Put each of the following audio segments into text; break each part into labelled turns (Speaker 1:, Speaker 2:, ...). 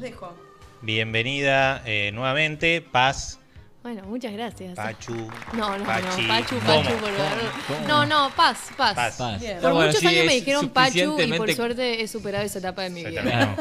Speaker 1: dejo.
Speaker 2: Bienvenida eh, nuevamente, Paz,
Speaker 3: Bueno, muchas gracias.
Speaker 2: Pachu.
Speaker 3: No, no,
Speaker 2: Pachi.
Speaker 3: no, Pachu,
Speaker 2: ¿Cómo?
Speaker 3: Pachu, por
Speaker 4: ¿Cómo?
Speaker 3: No, no, paz, paz.
Speaker 2: Paz.
Speaker 4: Paz.
Speaker 1: Bien.
Speaker 3: Por
Speaker 1: Pero
Speaker 4: Ah, bueno,
Speaker 3: muchos
Speaker 4: sí,
Speaker 3: años me
Speaker 4: es
Speaker 3: dijeron Pachu y por
Speaker 4: suficientemente-
Speaker 3: suerte he superado esa etapa de mi
Speaker 2: Se
Speaker 3: vida.
Speaker 2: terminó.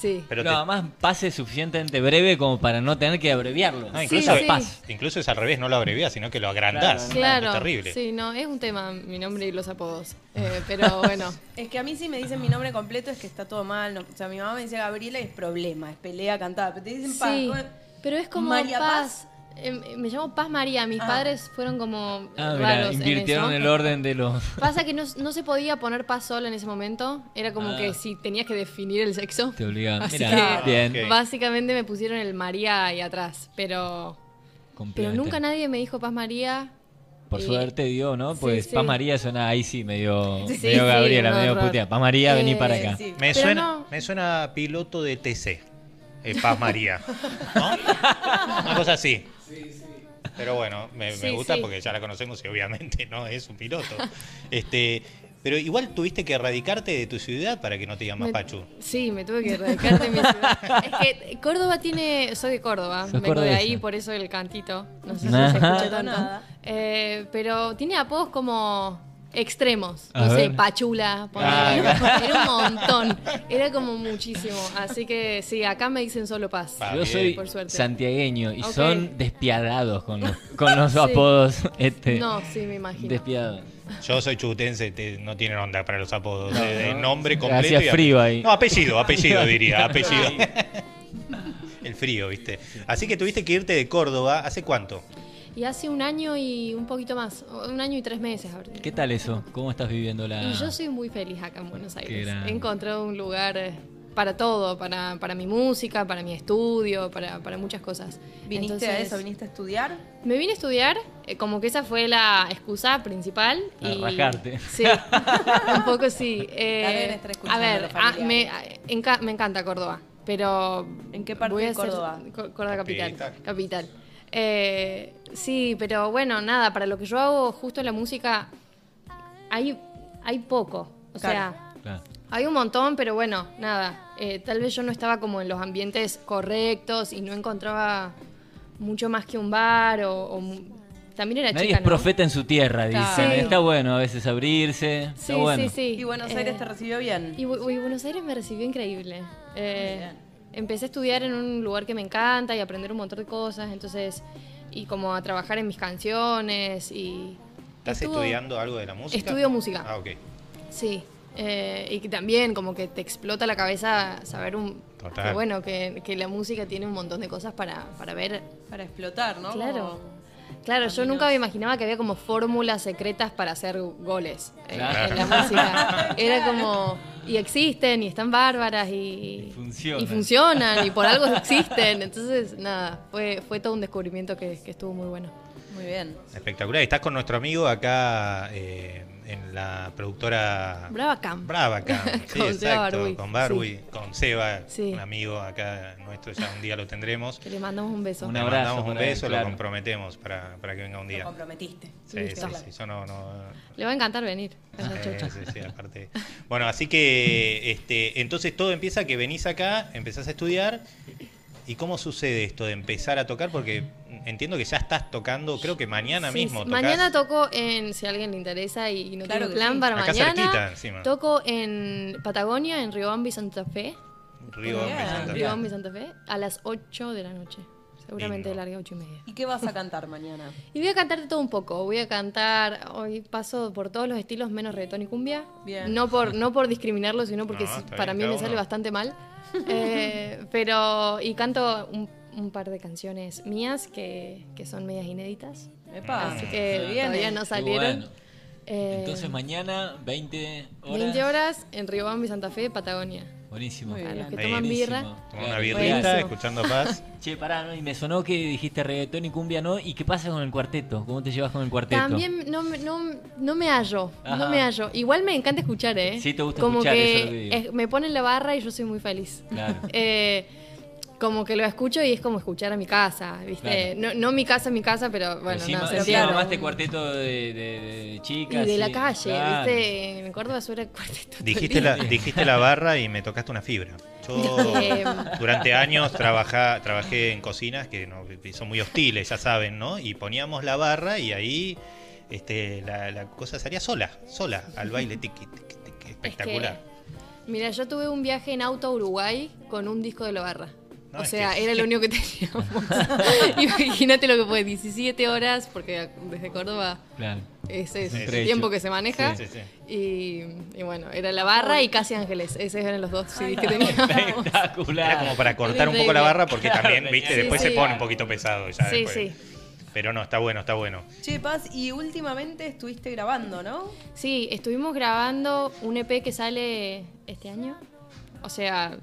Speaker 3: Sí.
Speaker 2: Pero
Speaker 4: no,
Speaker 2: te-
Speaker 4: además pase suficientemente breve como para no tener que abreviarlo.
Speaker 2: no,
Speaker 3: Sí,
Speaker 2: Ah, incluso,
Speaker 3: sí.
Speaker 4: paz.
Speaker 2: incluso es al revés, no lo abrevias, sino que lo agrandás.
Speaker 3: Claro.
Speaker 2: Es terrible.
Speaker 3: Sí, no, es un tema mi nombre y los apodos. Eh, pero bueno,
Speaker 1: Es que a mí si me dicen mi nombre completo es que está todo mal. no- o sea, mi mamá me decía Gabriela y es problema, es pelea cantada. Pero te dicen Paz.
Speaker 3: sí.
Speaker 1: ¿cómo es?
Speaker 3: Pero es como
Speaker 1: María
Speaker 3: paz. eh, me llamo Paz María. Mis
Speaker 1: Ah.
Speaker 3: padres fueron como
Speaker 4: Ah,
Speaker 3: raros
Speaker 4: mira,
Speaker 3: en
Speaker 4: invirtieron
Speaker 3: eso.
Speaker 4: el orden de los.
Speaker 3: Pasa que no, no se podía poner paz sola en ese momento. Era como
Speaker 4: Ah.
Speaker 3: que si tenías que definir el sexo.
Speaker 4: Te obligaban.
Speaker 3: Así
Speaker 4: Mira,
Speaker 3: que-
Speaker 4: bien.
Speaker 2: Ok.
Speaker 3: Básicamente me pusieron el María ahí atrás. Pero, pero
Speaker 4: complementa.
Speaker 3: nunca nadie me dijo Paz María.
Speaker 4: Por
Speaker 3: Eh,
Speaker 4: suerte dio, ¿no?
Speaker 3: sí,
Speaker 4: Pues
Speaker 3: sí.
Speaker 4: Paz María suena ahí sí medio,
Speaker 3: Sí,
Speaker 4: medio
Speaker 3: sí,
Speaker 4: Gabriela,
Speaker 3: un
Speaker 4: medio
Speaker 3: horror.
Speaker 4: putea. Paz María, vení
Speaker 3: Eh,
Speaker 4: para acá.
Speaker 1: sí.
Speaker 2: Me
Speaker 3: Pero
Speaker 2: suena,
Speaker 3: no.
Speaker 2: me suena a piloto de TC, eh, Paz María. ¿No? Una cosa así. Pero bueno, me, me
Speaker 3: Sí,
Speaker 2: gusta
Speaker 3: sí.
Speaker 2: porque ya la conocemos y obviamente no es un piloto. Este, pero igual tuviste que erradicarte de tu ciudad para que no te llamas
Speaker 3: Me-
Speaker 2: Pachu.
Speaker 3: Sí, me tuve que erradicar de mi ciudad. Es que Córdoba tiene. Soy de Córdoba,
Speaker 4: Sos
Speaker 3: vengo de
Speaker 4: cordobesa.
Speaker 3: ahí, por eso el cantito. No sé si
Speaker 4: Ajá.
Speaker 3: se escucha
Speaker 1: No,
Speaker 3: tanto.
Speaker 1: nada.
Speaker 3: Eh, pero tiene apodos como extremos.
Speaker 4: A
Speaker 3: no sé,
Speaker 4: ver.
Speaker 3: Pachula. ponele.
Speaker 2: Ah.
Speaker 3: Era un montón. Era como muchísimo. Así que sí, acá me dicen solo paz.
Speaker 2: Ah,
Speaker 4: Yo
Speaker 2: bien.
Speaker 4: soy
Speaker 3: Por suerte.
Speaker 4: santiagueño y
Speaker 3: Ok.
Speaker 4: son despiadados con los, con los
Speaker 3: Sí.
Speaker 4: apodos. Este,
Speaker 3: No, sí, me imagino.
Speaker 4: Despiadados.
Speaker 2: Yo soy chutense, te- no tienen onda para los apodos. Eh, eh, nombre
Speaker 4: Hacía
Speaker 2: completo. y ape-
Speaker 4: frío ahí.
Speaker 2: No, apellido, apellido diría, apellido. El frío, viste. Así que tuviste que irte de Córdoba, ¿hace cuánto?
Speaker 3: Y hace un año y un poquito más, un año y tres meses. habré tenido.
Speaker 4: ¿Qué tal eso? ¿Cómo estás viviendo la.?
Speaker 3: Y yo soy muy feliz acá en Buenos Aires.
Speaker 4: grande.
Speaker 3: He encontrado un lugar eh, para todo, para, para mi música, para mi estudio, para, para muchas cosas.
Speaker 1: ¿Viniste a
Speaker 3: Entonces,
Speaker 1: eso? ¿Viniste a estudiar?
Speaker 3: Me vine a estudiar, eh, como que esa fue la excusa principal.
Speaker 4: A
Speaker 3: y-
Speaker 4: rajarte.
Speaker 3: Sí, un poco sí. Eh,
Speaker 1: La deben estar escuchando
Speaker 3: a ver,
Speaker 1: los
Speaker 3: ah, me,
Speaker 1: familiares.
Speaker 3: ah, enca- me encanta Córdoba, pero...
Speaker 1: ¿En qué parte
Speaker 3: voy a
Speaker 1: de
Speaker 3: ser-
Speaker 1: Córdoba?
Speaker 3: Co- Córdoba Capital.
Speaker 2: Capital.
Speaker 3: Capital. Eh, sí, pero bueno, nada, para lo que yo hago justo en la música hay, hay poco. O
Speaker 1: Claro.
Speaker 3: sea,
Speaker 4: Claro.
Speaker 3: hay un montón, pero bueno, nada. eh, tal vez yo no estaba como en los ambientes correctos y no encontraba mucho más que un bar o... o mu- también era
Speaker 4: Nadie
Speaker 3: chica,
Speaker 4: es
Speaker 3: ¿no?
Speaker 4: profeta en su tierra, dicen.
Speaker 1: Claro.
Speaker 3: Sí.
Speaker 4: Está bueno a veces abrirse.
Speaker 3: Sí,
Speaker 4: está bueno.
Speaker 3: sí, sí.
Speaker 1: Y Buenos
Speaker 3: Eh,
Speaker 1: Aires te recibió bien.
Speaker 3: Y, Bu- y Buenos Aires me recibió increíble. Eh, empecé a estudiar en un lugar que me encanta y aprender un montón de cosas, entonces, y como a trabajar en mis canciones y...
Speaker 2: ¿Estás
Speaker 3: estuvo-
Speaker 2: estudiando algo de la música?
Speaker 3: Estudio música.
Speaker 2: Ah, ok.
Speaker 3: Sí. eh, y que también como que te explota la cabeza saber un...
Speaker 2: Total.
Speaker 3: Que bueno, que, que la música tiene un montón de cosas para, para ver.
Speaker 1: Para explotar, ¿no?
Speaker 3: Claro.
Speaker 1: Como-
Speaker 3: Claro, yo
Speaker 1: Caminos.
Speaker 3: nunca me imaginaba que había como fórmulas secretas para hacer goles eh,
Speaker 4: Claro.
Speaker 3: en la música. Era como, y existen, y están bárbaras, y,
Speaker 4: Y funcionan.
Speaker 3: y funcionan, y por algo existen. Entonces, nada, fue, fue todo un descubrimiento que, que estuvo muy bueno.
Speaker 1: Muy bien.
Speaker 2: Espectacular. Estás con nuestro amigo acá eh, en la
Speaker 4: Ah.
Speaker 2: productora
Speaker 3: Brava Cam.
Speaker 2: Brava acá. Sí,
Speaker 3: Con Seba
Speaker 2: exacto.
Speaker 3: Barbuy.
Speaker 2: Con Barbie, con Seba,
Speaker 3: Sí.
Speaker 2: un amigo acá nuestro, ya un día lo tendremos.
Speaker 3: Que le mandamos un beso.
Speaker 4: Un
Speaker 2: Le
Speaker 4: abrazo
Speaker 2: mandamos un
Speaker 4: para él,
Speaker 2: beso,
Speaker 4: claro.
Speaker 2: lo comprometemos para, para que venga un
Speaker 1: Lo
Speaker 2: día.
Speaker 1: comprometiste.
Speaker 2: Sí, sí, sí, yo no- no,
Speaker 3: Le va a encantar venir. es la
Speaker 2: Eh,
Speaker 3: chocha.
Speaker 2: sí, sí, aparte. Bueno, así que este, entonces todo empieza que venís acá, empezás a estudiar. ¿Y cómo sucede esto de empezar a tocar? Porque entiendo que ya estás tocando, creo que mañana
Speaker 3: Sí,
Speaker 2: mismo
Speaker 3: sí.
Speaker 2: tocás.
Speaker 3: Mañana toco en, si a alguien le interesa y no
Speaker 1: Claro
Speaker 3: tiene
Speaker 1: que
Speaker 3: plan
Speaker 1: sí.
Speaker 3: para
Speaker 2: Acá
Speaker 3: mañana.
Speaker 2: cerquita, encima.
Speaker 3: Toco en Patagonia, en Riobamba y Santa Fe.
Speaker 2: Río
Speaker 1: Bien.
Speaker 2: Vicente.
Speaker 3: Riobamba y Santa Fe a las 8 de la noche. Seguramente
Speaker 2: Lindo.
Speaker 3: larga 8 y media.
Speaker 1: ¿Y qué vas a cantar mañana?
Speaker 3: Y voy a cantar de todo un poco. Voy a cantar, hoy paso por todos los estilos menos reggaetón y cumbia.
Speaker 1: Bien.
Speaker 3: No por, no por discriminarlo, sino porque
Speaker 2: No,
Speaker 3: si-
Speaker 2: está
Speaker 3: para
Speaker 2: bien,
Speaker 3: mí
Speaker 2: cada
Speaker 3: me sale
Speaker 2: uno.
Speaker 3: bastante mal. Eh, pero, y canto un, un par de canciones mías que, que son medias inéditas.
Speaker 1: Epa,
Speaker 3: Así
Speaker 1: se
Speaker 3: que
Speaker 1: viene.
Speaker 3: todavía no
Speaker 4: Qué
Speaker 3: salieron.
Speaker 4: bueno.
Speaker 3: Eh,
Speaker 4: Entonces mañana, 20 horas.
Speaker 3: 20 horas en Riobamba y Santa Fe, Patagonia.
Speaker 4: Buenísimo.
Speaker 1: Muy
Speaker 3: A los que
Speaker 2: Ahí.
Speaker 3: toman birra.
Speaker 4: Buenísimo.
Speaker 2: Tomar una
Speaker 4: Claro,
Speaker 2: birrita,
Speaker 3: Buenísimo.
Speaker 2: escuchando paz.
Speaker 4: Che, pará, ¿no? y me sonó que dijiste reggaetón y cumbia no. ¿Y qué pasa con el cuarteto? ¿Cómo te llevas con el cuarteto?
Speaker 3: También no, me- no, no me hallo,
Speaker 4: Ajá.
Speaker 3: no me hallo. Igual me encanta escuchar, ¿eh?
Speaker 4: Sí, te gusta
Speaker 3: como
Speaker 4: escuchar,
Speaker 3: que
Speaker 4: eso es lo que digo.
Speaker 3: es- me ponen la barra y yo soy muy feliz.
Speaker 4: Claro.
Speaker 3: Eh, como que lo escucho y es como escuchar a mi casa, ¿viste? No, no mi casa, mi casa, pero bueno,
Speaker 4: encima,
Speaker 3: no, se
Speaker 4: encima
Speaker 3: entiende.
Speaker 4: mamaste cuarteto de, de- de
Speaker 3: Y
Speaker 4: chicas.
Speaker 3: de la
Speaker 4: sí,
Speaker 3: calle,
Speaker 4: claro.
Speaker 3: ¿viste? En Córdoba suena cuarteto. todo el
Speaker 2: Dijiste la,
Speaker 3: día.
Speaker 2: dijiste la barra y me tocaste una fibra. Yo
Speaker 3: Eh,
Speaker 2: durante años trabaja- trabajé en cocinas que no- que son muy hostiles, ya saben, ¿no? Y poníamos la barra y ahí este, la, la cosa salía sola, sola, al baile tiqui, tiqui, tiqui, espectacular.
Speaker 3: Mira, yo tuve un viaje en auto a Uruguay con un disco de la barra.
Speaker 2: No,
Speaker 3: o
Speaker 2: es
Speaker 3: sea,
Speaker 2: que-
Speaker 3: era lo único que teníamos. Imagínate lo que fue, 17 horas, porque desde Córdoba
Speaker 4: Claro.
Speaker 3: ese es
Speaker 2: un
Speaker 3: el
Speaker 4: trecho.
Speaker 3: tiempo que se maneja.
Speaker 2: Sí, sí, sí.
Speaker 3: Y, y bueno, era la barra y Casi Ángeles. Esos eran los
Speaker 1: Ah,
Speaker 3: dos CDs que teníamos.
Speaker 4: Espectacular.
Speaker 2: Era como para cortar un poco
Speaker 3: Increíble.
Speaker 2: la barra porque también,
Speaker 4: Claro,
Speaker 2: viste,
Speaker 4: sí,
Speaker 2: después
Speaker 3: sí.
Speaker 2: se pone un poquito pesado ya.
Speaker 3: Sí,
Speaker 2: después.
Speaker 3: sí.
Speaker 2: Pero no, está bueno, está bueno.
Speaker 1: Che, Paz, y últimamente estuviste grabando, ¿no?
Speaker 3: Sí, estuvimos grabando un EP que sale este año. O sea,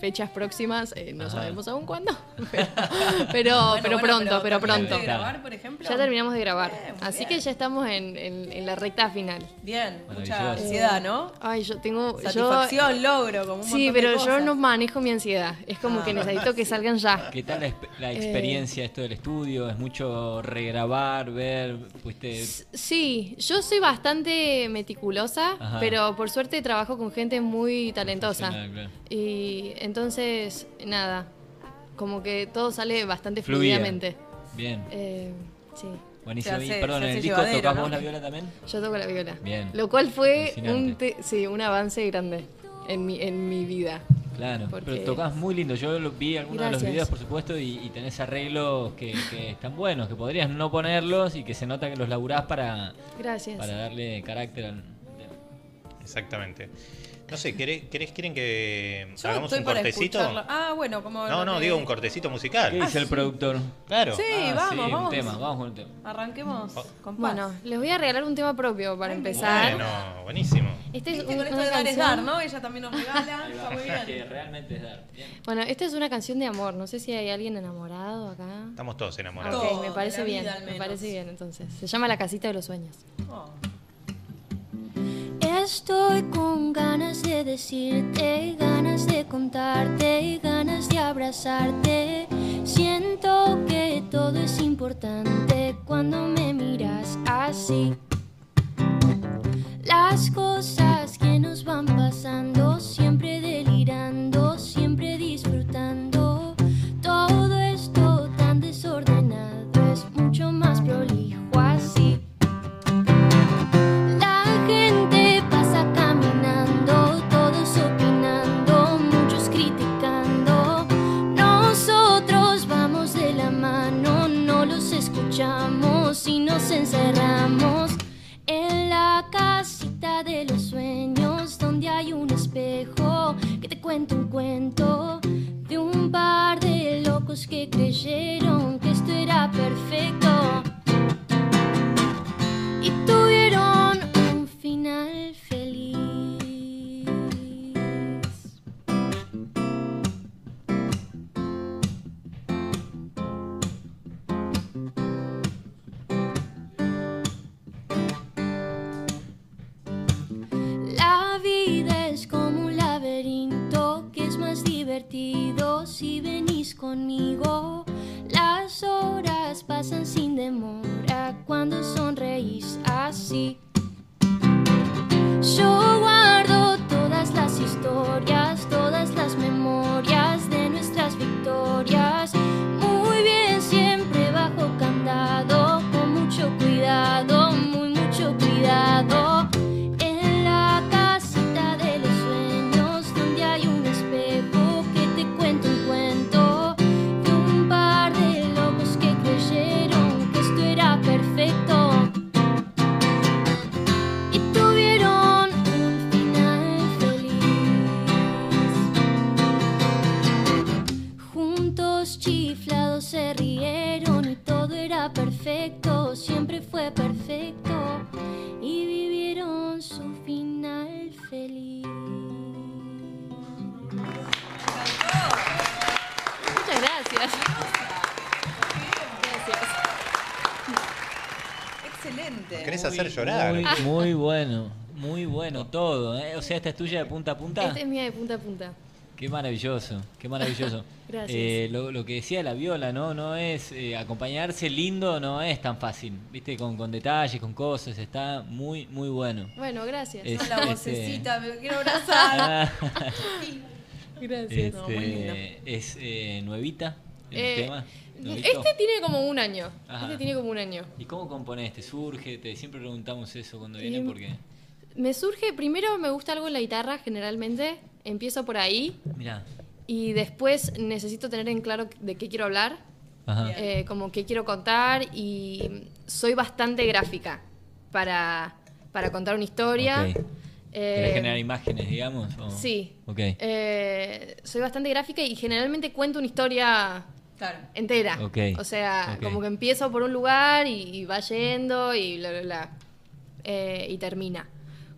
Speaker 3: fechas próximas, eh, no
Speaker 4: Ajá.
Speaker 3: sabemos aún cuándo. Pero, pero,
Speaker 1: Bueno,
Speaker 3: pero
Speaker 1: bueno,
Speaker 3: pronto, pero
Speaker 1: ¿terminaste
Speaker 3: pronto.
Speaker 1: de grabar, por ejemplo?
Speaker 3: Ya terminamos de grabar.
Speaker 1: Bien, muy
Speaker 3: así
Speaker 1: bien.
Speaker 3: que ya estamos en, en- en la recta final.
Speaker 1: Bien, mucha
Speaker 4: Maravilloso.
Speaker 1: ansiedad, ¿no?
Speaker 3: Ay, yo tengo. yo-
Speaker 1: Satisfacción, logro, como un
Speaker 3: sí,
Speaker 1: montón de
Speaker 3: pero yo
Speaker 1: cosas.
Speaker 3: no manejo mi ansiedad. Es como
Speaker 1: Ah.
Speaker 3: que necesito que salgan ya.
Speaker 4: ¿Qué tal la, exp- la
Speaker 3: Eh.
Speaker 4: experiencia esto del estudio? ¿Es mucho regrabar, ver? ¿Fuiste
Speaker 3: Sí, yo soy bastante meticulosa,
Speaker 4: Ajá.
Speaker 3: pero por suerte trabajo con gente muy talentosa.
Speaker 4: Profesional, claro.
Speaker 3: Y entonces, nada, como que todo sale bastante
Speaker 4: Fluida.
Speaker 3: fluidamente.
Speaker 4: Bien,
Speaker 3: Eh, sí,
Speaker 4: buenísimo.
Speaker 1: Se hace-
Speaker 4: Y, perdón,
Speaker 1: se
Speaker 4: ¿en
Speaker 1: hace
Speaker 4: el disco
Speaker 1: llevadero,
Speaker 4: tocas
Speaker 1: ¿no?
Speaker 4: vos la viola también?
Speaker 3: yo toco la viola.
Speaker 4: Bien.
Speaker 3: Lo cual fue un,
Speaker 4: Alucinante.
Speaker 3: te- sí, un avance grande en mi, en mi vida.
Speaker 4: Claro,
Speaker 3: Porque-
Speaker 4: pero tocas muy lindo. Yo lo- vi algunos de
Speaker 3: Gracias.
Speaker 4: los videos, por supuesto, y, y tenés arreglos que, que están buenos, que podrías no ponerlos y que se nota que los laburás para,
Speaker 3: Gracias.
Speaker 4: para darle carácter al.
Speaker 2: Exactamente. No sé, ¿querés, querés- quieren que
Speaker 1: Yo
Speaker 2: hagamos
Speaker 1: estoy
Speaker 2: un
Speaker 1: para
Speaker 2: cortecito?
Speaker 1: escucharlo. Ah, bueno, como. lo
Speaker 2: No, no,
Speaker 1: que-
Speaker 2: digo un cortecito
Speaker 4: ¿Qué
Speaker 2: musical.
Speaker 4: dice el productor?
Speaker 2: Claro.
Speaker 1: Sí,
Speaker 4: Ah,
Speaker 1: vamos,
Speaker 4: un
Speaker 1: vamos.
Speaker 4: tema, vamos con el tema.
Speaker 1: Arranquemos
Speaker 2: Oh.
Speaker 1: con Paz.
Speaker 3: Bueno, les voy a regalar un tema propio para
Speaker 1: Ay,
Speaker 3: empezar.
Speaker 2: Bueno, buenísimo.
Speaker 3: Este es
Speaker 1: Viste,
Speaker 3: un-
Speaker 1: con esto
Speaker 3: una
Speaker 1: de dar es
Speaker 3: canción-
Speaker 1: dar, ¿no? Ella también nos regala.
Speaker 4: Ahí
Speaker 1: Está
Speaker 4: va,
Speaker 1: muy bien.
Speaker 4: que realmente es dar. Bien.
Speaker 3: Bueno, esta es una canción de amor. No sé si hay alguien enamorado acá.
Speaker 2: Estamos todos
Speaker 3: Ah,
Speaker 2: enamorados.
Speaker 1: Todos.
Speaker 3: ok, me parece
Speaker 1: la vida
Speaker 3: bien,
Speaker 1: al
Speaker 3: me
Speaker 1: menos.
Speaker 3: parece bien entonces. Se llama La casita de los sueños.
Speaker 1: Oh.
Speaker 5: Estoy con ganas de decirte, ganas de contarte, ganas de abrazarte. Siento que todo es importante cuando me miras así. Las cosas que nos van pasando, siempre delirando, siempre disfrutando. Todo esto tan desordenado es mucho más prolijo así. La gente pasa caminando, todos opinando, muchos criticando. Nosotros vamos de la mano, no los escuchamos y nos encerramos en la casita de los sueños, donde hay un espejo que te cuenta un cuento de un par de locos que creyeron que esto era perfecto y tuvieron un final feliz. La vida es como un laberinto que es más divertido si venís conmigo. Las horas pasan sin demora cuando sonreís así. Yo guardo todas las historias, todas las memorias de nuestras victorias. Muy bien, siempre bajo candado, con mucho cuidado, muy mucho cuidado. En la casita de los sueños, donde hay un espejo que te cuenta un cuento de un par de locos que creyeron que esto era perfecto y tuvieron un final feliz. Juntos chiflados se rieron y todo era perfecto, siempre fue perfecto y vivieron su final feliz.
Speaker 3: Muchas gracias. Gracias.
Speaker 1: Excelente.
Speaker 2: ¿Querés hacer llorar?
Speaker 4: Muy, muy bueno, muy bueno todo. ¿eh? O sea, esta es tuya de punta a punta.
Speaker 3: Esta Este es mía de punta a punta.
Speaker 4: Qué maravilloso, qué maravilloso.
Speaker 3: Gracias.
Speaker 4: Eh, lo, lo que decía la viola, ¿no? No es eh, acompañarse lindo, no es tan fácil, viste, con, con detalles, con cosas, está muy, muy bueno.
Speaker 1: Eh,
Speaker 3: Bueno, gracias.
Speaker 4: Es-
Speaker 1: La
Speaker 4: este-
Speaker 3: Ah,
Speaker 1: vocecita, me quiero abrazar.
Speaker 4: Ah,
Speaker 3: Gracias.
Speaker 1: No, muy lindo.
Speaker 4: Este, es eh, nuevita el
Speaker 3: Eh,
Speaker 4: tema. ¿Nuevito?
Speaker 3: este tiene como un año.
Speaker 4: Ajá.
Speaker 3: Este tiene como un año.
Speaker 4: ¿Y cómo componés? ¿Te surge? Te, siempre preguntamos eso cuando
Speaker 3: Sí.
Speaker 4: viene porque...
Speaker 3: Me surge, primero me gusta algo en la guitarra generalmente, empiezo por ahí
Speaker 4: Mirá.
Speaker 3: y después necesito tener en claro de qué quiero hablar,
Speaker 4: Ajá.
Speaker 1: Bien.
Speaker 3: eh, como qué quiero contar y soy bastante gráfica para, para contar una historia.
Speaker 4: Ok.
Speaker 3: Eh,
Speaker 4: ¿Querés generar imágenes, digamos? o-
Speaker 3: Sí.
Speaker 4: Ok.
Speaker 3: Eh, soy bastante gráfica y generalmente cuento una historia
Speaker 1: Claro.
Speaker 3: entera.
Speaker 4: Ok.
Speaker 3: O sea,
Speaker 4: Ok.
Speaker 3: como que empiezo por un lugar y, y va yendo y bla, bla, bla. Eh, y termina.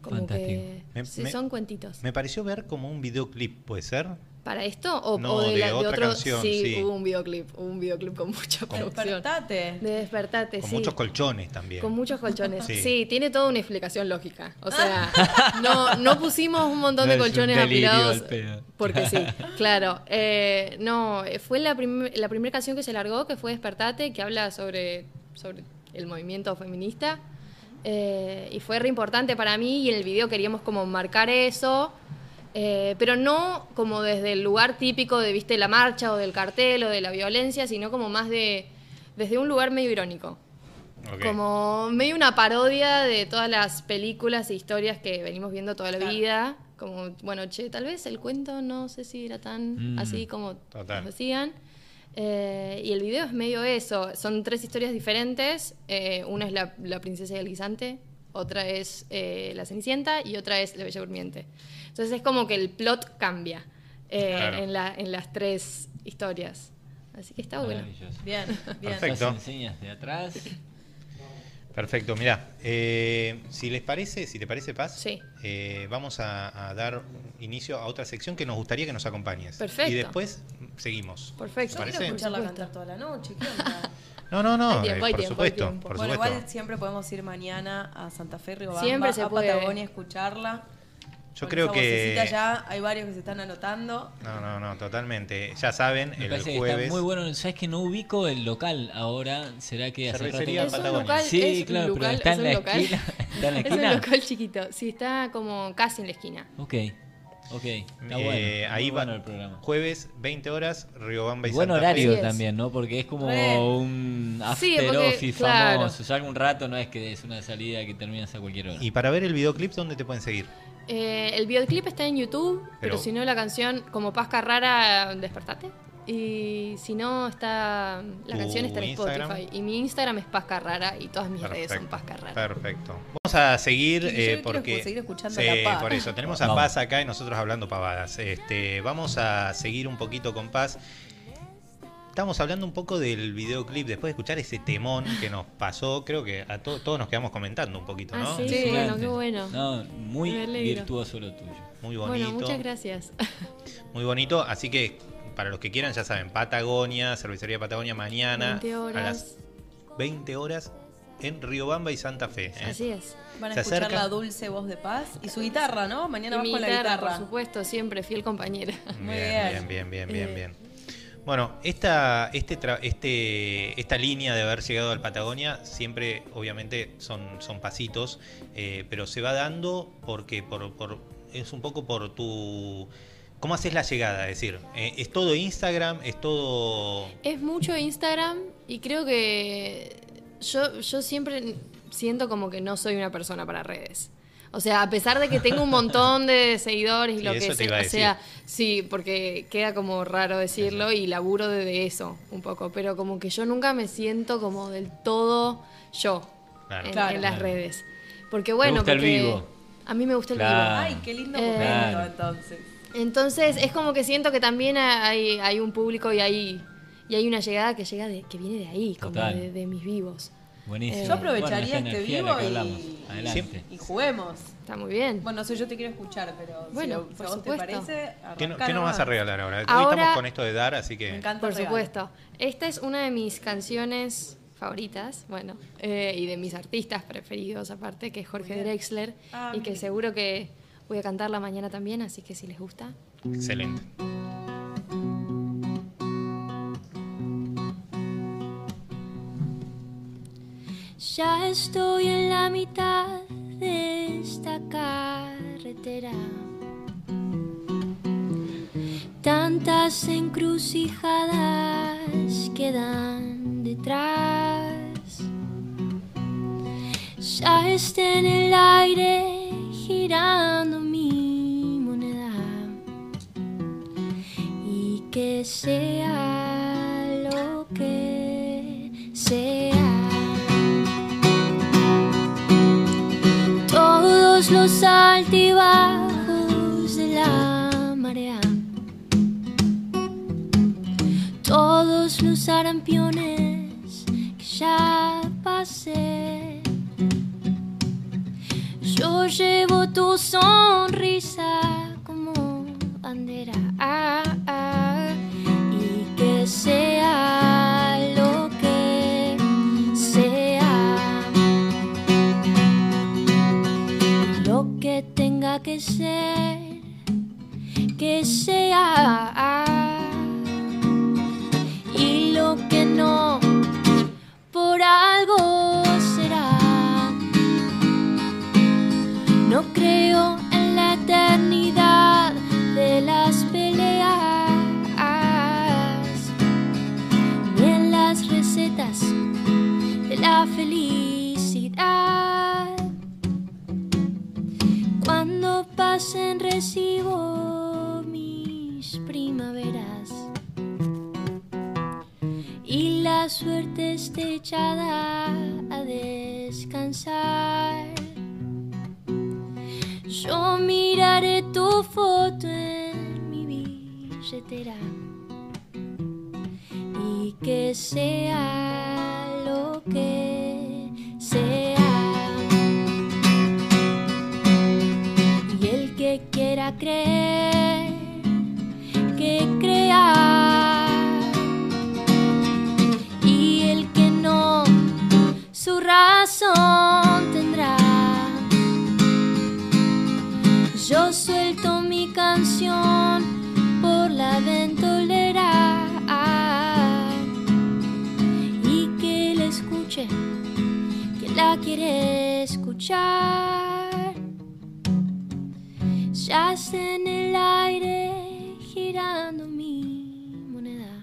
Speaker 3: Como
Speaker 4: Fantástico.
Speaker 3: que.
Speaker 2: Me-
Speaker 3: sí,
Speaker 2: me-
Speaker 3: son cuentitos.
Speaker 2: Me pareció ver como un videoclip, ¿puede ser?
Speaker 3: ¿Para esto? ¿O,
Speaker 2: No,
Speaker 3: o de,
Speaker 2: de
Speaker 3: la- de
Speaker 2: otra
Speaker 3: otro?
Speaker 2: canción, sí.
Speaker 3: hubo un videoclip. hubo un videoclip con mucha producción.
Speaker 1: Despertate.
Speaker 3: De despertate,
Speaker 2: Con
Speaker 3: sí.
Speaker 2: muchos colchones también.
Speaker 3: Con muchos colchones.
Speaker 2: Sí.
Speaker 3: Sí. tiene toda una explicación lógica. O sea, no, no pusimos un montón de
Speaker 4: No es un
Speaker 3: colchones
Speaker 4: delirio
Speaker 3: apilados.
Speaker 4: al pedo.
Speaker 3: Porque sí, claro. Eh, no, eh, fue la, prim- la primera canción que se largó, que fue Despertate, que habla sobre, sobre el movimiento feminista. Eh, y fue re importante para mí y en el video queríamos como marcar eso. eh, pero no como desde el lugar típico de, viste, la marcha o del cartel o de la violencia, sino como más de, desde un lugar medio irónico.
Speaker 2: Ok.
Speaker 3: Como medio una parodia de todas las películas e historias que venimos viendo toda la
Speaker 1: Claro.
Speaker 3: vida. Como, bueno, che, tal vez el cuento no sé si era tan
Speaker 4: Mm,
Speaker 3: así como
Speaker 2: total.
Speaker 3: nos decían. Eh, y el video es medio eso. Son tres historias diferentes. Eh, una es la, la princesa y el guisante, otra es eh, la Cenicienta y otra es la Bella Durmiente. Entonces es como que el plot cambia eh,
Speaker 2: Claro.
Speaker 3: en, la- en las tres historias. Así que está ah, bueno.
Speaker 4: Maravilloso.
Speaker 1: Bien, bien.
Speaker 2: Perfecto.
Speaker 4: Nos enseñas de atrás.
Speaker 2: Perfecto, mirá. eh, si les parece, si te parece, Paz,
Speaker 3: Sí.
Speaker 2: eh, vamos a, a dar inicio a otra sección que nos gustaría que nos acompañes.
Speaker 3: Perfecto.
Speaker 2: Y después mm, seguimos.
Speaker 3: Perfecto.
Speaker 2: ¿Te
Speaker 1: Yo quiero
Speaker 2: parece?
Speaker 1: escucharla
Speaker 3: Por supuesto.
Speaker 1: cantar toda la noche. ¿Qué onda?
Speaker 2: No, no, no.
Speaker 3: Hay tiempo,
Speaker 2: eh,
Speaker 3: hay
Speaker 2: por,
Speaker 3: tiempo,
Speaker 2: supuesto,
Speaker 3: hay tiempo.
Speaker 2: por
Speaker 1: bueno,
Speaker 2: supuesto.
Speaker 1: igual siempre podemos ir mañana a Santa Fe, Río Bamba,
Speaker 3: Siempre se
Speaker 1: a
Speaker 3: puede.
Speaker 1: Patagonia a escucharla.
Speaker 2: Yo
Speaker 1: Con
Speaker 2: creo
Speaker 1: esa
Speaker 2: que.
Speaker 1: vocecita Ya hay varios que se están anotando.
Speaker 2: No, no, no, totalmente. Ya saben,
Speaker 4: Me
Speaker 2: el
Speaker 4: parece que está
Speaker 2: jueves.
Speaker 4: muy bueno. ¿Sabes que no ubico el local ahora? ¿Será que hace rato?
Speaker 2: Cervecería
Speaker 4: que-
Speaker 3: Es un
Speaker 2: Patagonia.
Speaker 3: local,
Speaker 4: Sí,
Speaker 3: es un
Speaker 4: claro, pero
Speaker 3: local,
Speaker 4: está
Speaker 3: es
Speaker 4: en
Speaker 3: un
Speaker 4: la
Speaker 3: local.
Speaker 4: esquina. ¿Está en la
Speaker 3: Es
Speaker 4: esquina?
Speaker 3: un local chiquito. Sí, está como casi en la esquina.
Speaker 4: Ok, ok. Está
Speaker 2: Eh,
Speaker 4: bueno. está
Speaker 2: ahí
Speaker 4: muy
Speaker 2: va.
Speaker 4: bueno el programa.
Speaker 2: Jueves, 20 horas, Riobamba y
Speaker 4: Buen
Speaker 2: Santa Fe.
Speaker 4: horario
Speaker 3: Así es.
Speaker 4: también, ¿no? Porque es como
Speaker 1: Re.
Speaker 4: un after
Speaker 3: Sí, porque,
Speaker 4: office
Speaker 3: claro.
Speaker 4: famoso. Ya algún rato no es que es una salida que terminas a cualquier hora.
Speaker 2: Y para ver el videoclip, ¿dónde te pueden seguir?
Speaker 3: Eh, el videoclip está en YouTube, pero,
Speaker 2: Pero-
Speaker 3: si no la canción como Paz Carrara, despertate. Y si no está la
Speaker 2: ¿Tu
Speaker 3: canción está en
Speaker 2: Uh, Instagram?
Speaker 3: Spotify y mi Instagram es Paz Carrara y todas mis redes son Paz Carrara.
Speaker 2: Perfecto. Vamos a seguir
Speaker 1: Y yo
Speaker 2: eh,
Speaker 1: quiero
Speaker 2: porque
Speaker 1: seguir escuchando
Speaker 2: Sí,
Speaker 1: a la Paz.
Speaker 2: por eso tenemos a
Speaker 4: Vamos.
Speaker 2: Paz acá y nosotros hablando pavadas. Este, vamos a seguir un poquito con Paz. Estamos hablando un poco del videoclip después de escuchar ese temón que nos pasó. Creo que a to- todos nos quedamos comentando un poquito,
Speaker 3: Ah,
Speaker 2: ¿no?
Speaker 3: sí.
Speaker 4: Excelente.
Speaker 3: bueno, qué bueno.
Speaker 4: No, muy
Speaker 3: Me alegro.
Speaker 4: virtuoso lo tuyo.
Speaker 2: Muy bonito.
Speaker 3: Bueno, muchas gracias.
Speaker 2: Muy bonito, así que para los que quieran, ya saben, Patagonia, Cervecería Patagonia mañana
Speaker 3: 20
Speaker 2: a las
Speaker 3: horas.
Speaker 2: 20 horas en Riobamba y Santa Fe. ¿eh?
Speaker 3: Así es.
Speaker 1: Van a
Speaker 2: Se
Speaker 1: escuchar
Speaker 2: acerca.
Speaker 1: la dulce voz de paz y su guitarra, ¿no? Mañana
Speaker 3: Y
Speaker 1: vas
Speaker 3: mi
Speaker 1: con la
Speaker 3: guitarra,
Speaker 1: guitarra.
Speaker 3: por supuesto, siempre fiel compañera.
Speaker 1: Muy
Speaker 2: bien,
Speaker 1: bien.
Speaker 2: bien, bien, bien,
Speaker 3: Eh.
Speaker 2: bien. Bueno, esta, este, tra- este, esta línea de haber llegado al Patagonia siempre, obviamente, son, son pasitos, eh, pero se va dando porque por, por- es un poco por tu... ¿Cómo haces la llegada? Es decir, eh, ¿es todo Instagram? ¿Es todo...?
Speaker 3: Es mucho Instagram y creo que yo, yo siempre siento como que no soy una persona para redes. O sea, a pesar de que tengo un montón de seguidores y
Speaker 2: Sí,
Speaker 3: lo
Speaker 2: eso
Speaker 3: que
Speaker 2: te
Speaker 3: sea,
Speaker 2: iba a
Speaker 3: o sea, sí, porque queda como raro decirlo y laburo desde eso un poco, pero como que yo nunca me siento como del todo yo
Speaker 2: Claro.
Speaker 3: en,
Speaker 1: Claro.
Speaker 3: en las redes. Porque bueno,
Speaker 4: gusta el
Speaker 3: porque
Speaker 4: vivo.
Speaker 3: a mí me gusta el
Speaker 4: Claro.
Speaker 3: vivo.
Speaker 1: Ay, qué lindo
Speaker 3: Eh.
Speaker 1: momento
Speaker 4: Claro.
Speaker 1: entonces.
Speaker 3: Entonces es como que siento que también hay, hay un público y hay, y hay una llegada que llega de, que viene de ahí, como
Speaker 4: Total.
Speaker 3: de, de mis vivos.
Speaker 4: Buenísimo.
Speaker 3: Eh,
Speaker 1: Yo aprovecharía
Speaker 4: Bueno, esta
Speaker 1: este
Speaker 4: energía de
Speaker 1: vivo
Speaker 4: la que hablamos.
Speaker 1: y,
Speaker 4: Adelante.
Speaker 1: y juguemos.
Speaker 3: Está muy bien.
Speaker 1: Bueno, no sé, yo te quiero escuchar, pero
Speaker 3: Bueno,
Speaker 1: si, a- si
Speaker 3: por
Speaker 1: a vos
Speaker 3: supuesto.
Speaker 1: te parece,
Speaker 2: ¿Qué, no-
Speaker 1: arrancá
Speaker 2: qué nos vas a
Speaker 1: nomás.
Speaker 2: regalar ahora? Hoy
Speaker 3: Ahora-
Speaker 2: estamos con esto de dar, así que...
Speaker 1: Me encanta.
Speaker 3: Por
Speaker 1: regalo.
Speaker 3: supuesto. Esta es una de mis canciones favoritas, bueno, eh, y de mis artistas preferidos aparte, que es Jorge Drexler,
Speaker 1: Ah,
Speaker 3: y que
Speaker 1: mira.
Speaker 3: seguro que voy a cantarla mañana también, así que si les gusta.
Speaker 2: Excelente.
Speaker 5: Ya estoy en la mitad de esta carretera. tantas encrucijadas quedan detrás. Ya está en el aire girando mi moneda y que sea lo que sea. Todos los altibajos de la marea, todos los arampiones que ya pasé. Yo llevo tu sonrisa como bandera ah, ah, y que sea lo que sea, lo que tenga que ser, que sea y lo que no. Por algo será. No creo en la eternidad de las peleas, ni en las recetas de la felicidad. Cuando pasen recibo mis primaveras y la suerte esté echada a descansar. Yo miraré tu foto en mi billetera y que sea lo que sea. Y el que quiera creer, que crea. Y el que no, su razón tendrá. Yo suelto mi canción por la ventolera y que la escuche quien la quiere escuchar. Ya está en el aire girando mi moneda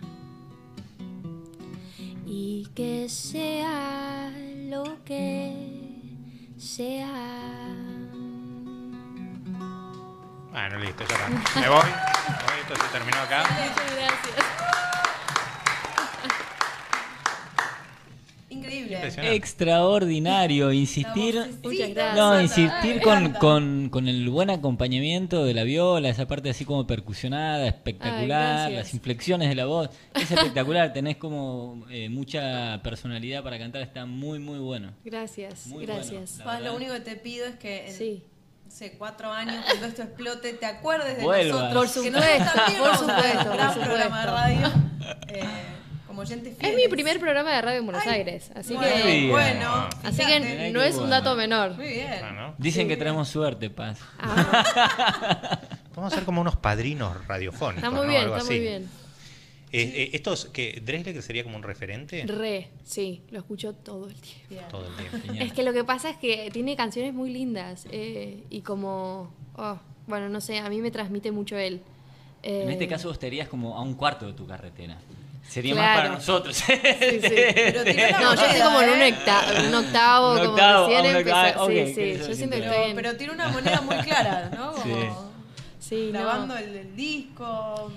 Speaker 5: y que sea lo que sea.
Speaker 2: Bueno, listo, ya está. Me voy. Me voy, Esto se terminó acá.
Speaker 1: Increíble.
Speaker 2: Impresionante.
Speaker 4: Extraordinario,
Speaker 1: La
Speaker 4: insistir.
Speaker 1: vocecita,
Speaker 3: Muchas gracias.
Speaker 4: No,
Speaker 1: Sandra,
Speaker 4: insistir
Speaker 1: me
Speaker 4: con,
Speaker 1: encanta.
Speaker 4: con, con el buen acompañamiento de la viola, esa parte así como percusionada, espectacular,
Speaker 3: Ay, gracias.
Speaker 4: las inflexiones de la voz, es espectacular, tenés como eh, mucha personalidad para cantar, está muy, muy bueno.
Speaker 3: Gracias,
Speaker 4: Muy
Speaker 3: gracias.
Speaker 4: bueno, la
Speaker 1: Paz,
Speaker 4: verdad.
Speaker 1: lo único que te pido es que en
Speaker 3: Sí.
Speaker 1: no sé, cuatro años, cuando esto explote, te acuerdes de
Speaker 4: Vuelvas.
Speaker 1: nosotros.
Speaker 3: Por
Speaker 1: que nos
Speaker 3: supuesto,
Speaker 1: están viendo,
Speaker 3: por
Speaker 1: vamos a hacer
Speaker 3: supuesto,
Speaker 1: un gran
Speaker 3: por
Speaker 1: programa de radio. eh, como oyentes
Speaker 3: Es
Speaker 1: fieles.
Speaker 3: mi primer programa de radio en Buenos
Speaker 1: Ay,
Speaker 3: Aires, así
Speaker 1: bueno,
Speaker 3: que,
Speaker 4: bien.
Speaker 1: Bueno,
Speaker 3: así
Speaker 1: fíjate.
Speaker 3: que
Speaker 4: Mirá
Speaker 3: no
Speaker 4: qué
Speaker 3: es un
Speaker 4: bueno.
Speaker 3: dato menor.
Speaker 1: Muy bien.
Speaker 2: Ah, ¿no?
Speaker 4: Dicen que traemos suerte, Paz.
Speaker 3: Ah,
Speaker 2: Vamos a ser como unos padrinos radiofónicos.
Speaker 3: está muy
Speaker 2: ¿no?
Speaker 3: bien,
Speaker 2: Algo
Speaker 3: está muy
Speaker 2: así.
Speaker 3: bien.
Speaker 2: Eh, eh, estos que Drexler que sería como un referente
Speaker 3: Re, sí, lo escucho todo el tiempo.
Speaker 1: Bien.
Speaker 2: todo el tiempo.
Speaker 4: Genial.
Speaker 3: Es que lo que pasa es que tiene canciones muy lindas eh, y como, oh, bueno, no sé, a mí me transmite mucho él. Eh,
Speaker 4: En este caso vos estarías como a un cuarto de tu carretera. Sería más
Speaker 3: Claro.
Speaker 4: para nosotros.
Speaker 3: Sí, sí.
Speaker 1: Pero tiró la
Speaker 3: No, yo estoy
Speaker 1: moneda,
Speaker 3: como en un,
Speaker 1: ¿eh?
Speaker 3: octa- un octavo,
Speaker 4: Un
Speaker 3: como
Speaker 4: octavo,
Speaker 3: recién
Speaker 4: ah, un
Speaker 3: empecé.
Speaker 4: octavo, ah, ok,
Speaker 3: sí,
Speaker 4: que
Speaker 3: sí,
Speaker 4: eso
Speaker 3: yo
Speaker 4: es
Speaker 3: siento que estoy
Speaker 4: lindo.
Speaker 1: Pero,
Speaker 3: en...
Speaker 1: pero tiene una moneda muy clara, ¿no? Como
Speaker 4: Sí.
Speaker 3: sí, no.
Speaker 1: grabando el, el disco.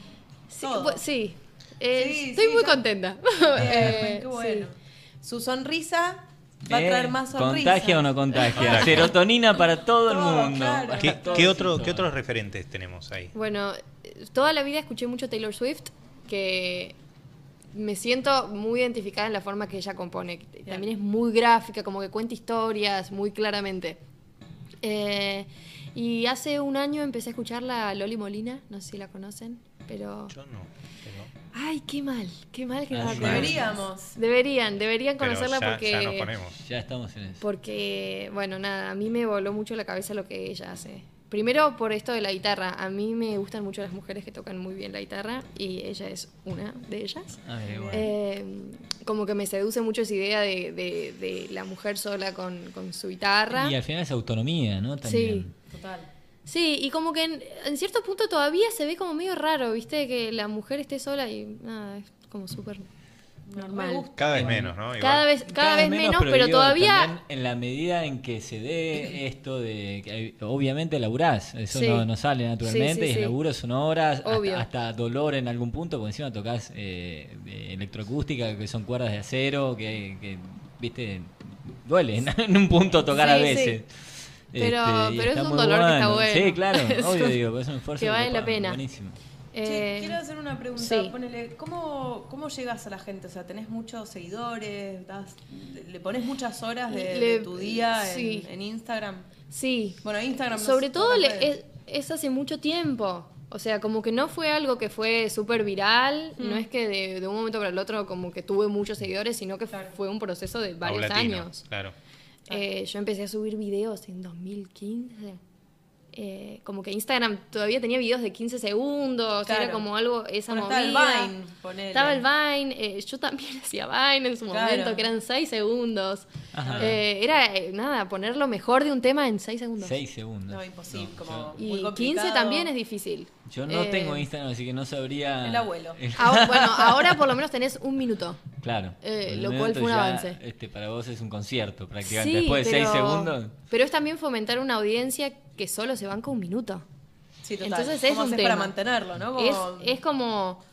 Speaker 3: Sí,
Speaker 1: todo.
Speaker 3: bu- sí. Eh,
Speaker 1: Sí,
Speaker 3: estoy
Speaker 1: sí,
Speaker 3: muy
Speaker 1: ya-
Speaker 3: contenta.
Speaker 1: Bien,
Speaker 3: Eh,
Speaker 1: qué
Speaker 3: sí.
Speaker 1: bueno. Su sonrisa va a traer más sonrisas.
Speaker 4: ¿Contagia Eh, o no contagia? Serotonina para todo el
Speaker 1: Todo,
Speaker 4: mundo.
Speaker 1: claro.
Speaker 4: Para
Speaker 2: ¿Qué,
Speaker 4: todos
Speaker 2: qué
Speaker 4: y
Speaker 2: otro,
Speaker 4: todas.
Speaker 2: ¿Qué otros referentes tenemos ahí?
Speaker 3: Bueno, eh, toda la vida escuché mucho Taylor Swift, que me siento muy identificada en la forma que ella compone. que
Speaker 1: Bien.
Speaker 3: También es muy gráfica, como que cuenta historias muy claramente. Eh, y hace un año empecé a escuchar la Loli Molina, no sé si la conocen, pero...
Speaker 2: Yo no. pero-
Speaker 3: Ay, qué mal, qué mal que no la
Speaker 4: Ay,
Speaker 3: conozcas.
Speaker 1: deberíamos.
Speaker 3: Deberían, deberían
Speaker 2: pero
Speaker 3: conocerla
Speaker 2: ya,
Speaker 3: porque...
Speaker 2: ya nos ponemos.
Speaker 4: Ya estamos en eso.
Speaker 3: Porque, bueno, nada, a mí me voló mucho la cabeza lo que ella hace. Primero por esto de la guitarra. A mí me gustan mucho las mujeres que tocan muy bien la guitarra y ella es una de ellas.
Speaker 4: Ah, mira, bueno.
Speaker 3: Eh, como que me seduce mucho esa idea de, de- de la mujer sola con, con su guitarra.
Speaker 4: Y al final es autonomía, ¿no? También.
Speaker 3: Sí.
Speaker 1: Total.
Speaker 3: Sí, y como que en, en cierto punto todavía se ve como medio raro, ¿viste? Que la mujer esté sola y nada, es como súper normal.
Speaker 2: Cada vez menos, ¿no? Igual.
Speaker 3: Cada vez, cada vez menos, pero
Speaker 4: digo,
Speaker 3: todavía...
Speaker 4: también en la medida en que se dé esto de. que hay- obviamente laburás, eso
Speaker 3: Sí.
Speaker 4: no, no sale naturalmente,
Speaker 3: Sí, sí,
Speaker 4: y el
Speaker 3: sí.
Speaker 4: laburo son horas, hasta-
Speaker 3: Obvio.
Speaker 4: Hasta, dolor en algún punto, porque encima tocas eh, electroacústica, que son cuerdas de acero, que, que, viste, duele en, en un punto tocar
Speaker 3: Sí,
Speaker 4: a
Speaker 3: sí.
Speaker 4: veces. Este,
Speaker 3: Pero-
Speaker 4: y
Speaker 3: pero es un
Speaker 4: muy
Speaker 3: dolor que está bueno.
Speaker 4: Sí, claro,
Speaker 3: Es
Speaker 4: obvio,
Speaker 3: un-
Speaker 4: digo, pero es un esfuerzo
Speaker 3: que vale la
Speaker 4: pa-
Speaker 3: pena.
Speaker 4: Buenísimo.
Speaker 1: Che,
Speaker 3: eh,
Speaker 1: quiero hacer una pregunta.
Speaker 3: sí.
Speaker 1: Ponele, ¿cómo, ¿Cómo llegas a la gente? O sea, ¿tenés muchos seguidores? Das- ¿Le pones muchas horas de,
Speaker 3: Le-
Speaker 1: de tu día en-
Speaker 3: sí.
Speaker 1: en, Instagram?
Speaker 3: sí,
Speaker 1: Bueno, Instagram. no
Speaker 3: Sobre
Speaker 1: es-
Speaker 3: todo
Speaker 1: no
Speaker 3: le-
Speaker 1: puede.
Speaker 3: es, es hace mucho tiempo. O sea, como que no fue algo que fue súper viral.
Speaker 1: Mm.
Speaker 3: No es que de, de un momento para el otro como que tuve muchos seguidores, sino que fue un proceso de varios
Speaker 2: Paulatino,
Speaker 3: años.
Speaker 2: Claro.
Speaker 1: Ah.
Speaker 3: Eh, yo empecé a subir videos en 2015. Eh, como que Instagram todavía tenía videos de 15 segundos.
Speaker 1: Claro.
Speaker 3: Era como algo, esa
Speaker 1: Bueno, estaba
Speaker 3: movida.
Speaker 1: el Vine, ponele.
Speaker 3: Estaba el Vine. eh, yo también hacía Vine en su
Speaker 1: Claro.
Speaker 3: momento, que eran 6 segundos. Eh, era, eh, nada, poner lo mejor de un tema en 6 segundos.
Speaker 4: Seis segundos.
Speaker 1: No, imposible.
Speaker 4: No,
Speaker 1: como
Speaker 4: yo-
Speaker 1: muy
Speaker 3: Y 15
Speaker 1: complicado.
Speaker 3: también es difícil.
Speaker 4: Yo no
Speaker 3: Eh,
Speaker 4: tengo Instagram, así que no sabría. Eh,
Speaker 1: El abuelo.
Speaker 3: ahora- bueno, ahora por lo menos tenés un minuto.
Speaker 4: Claro.
Speaker 3: Eh,
Speaker 4: Por el
Speaker 3: lo cual
Speaker 4: momento
Speaker 3: fue un
Speaker 4: ya,
Speaker 3: avance.
Speaker 4: Este, para vos es un concierto prácticamente. Después de
Speaker 3: pero-
Speaker 4: seis segundos.
Speaker 3: Pero es también fomentar una audiencia que solo se banca un minuto.
Speaker 1: Sí, total.
Speaker 3: Entonces es
Speaker 1: ¿Cómo
Speaker 3: un
Speaker 1: haces
Speaker 3: tema.
Speaker 1: para mantenerlo, no?
Speaker 3: Es,
Speaker 1: Como-
Speaker 3: es como...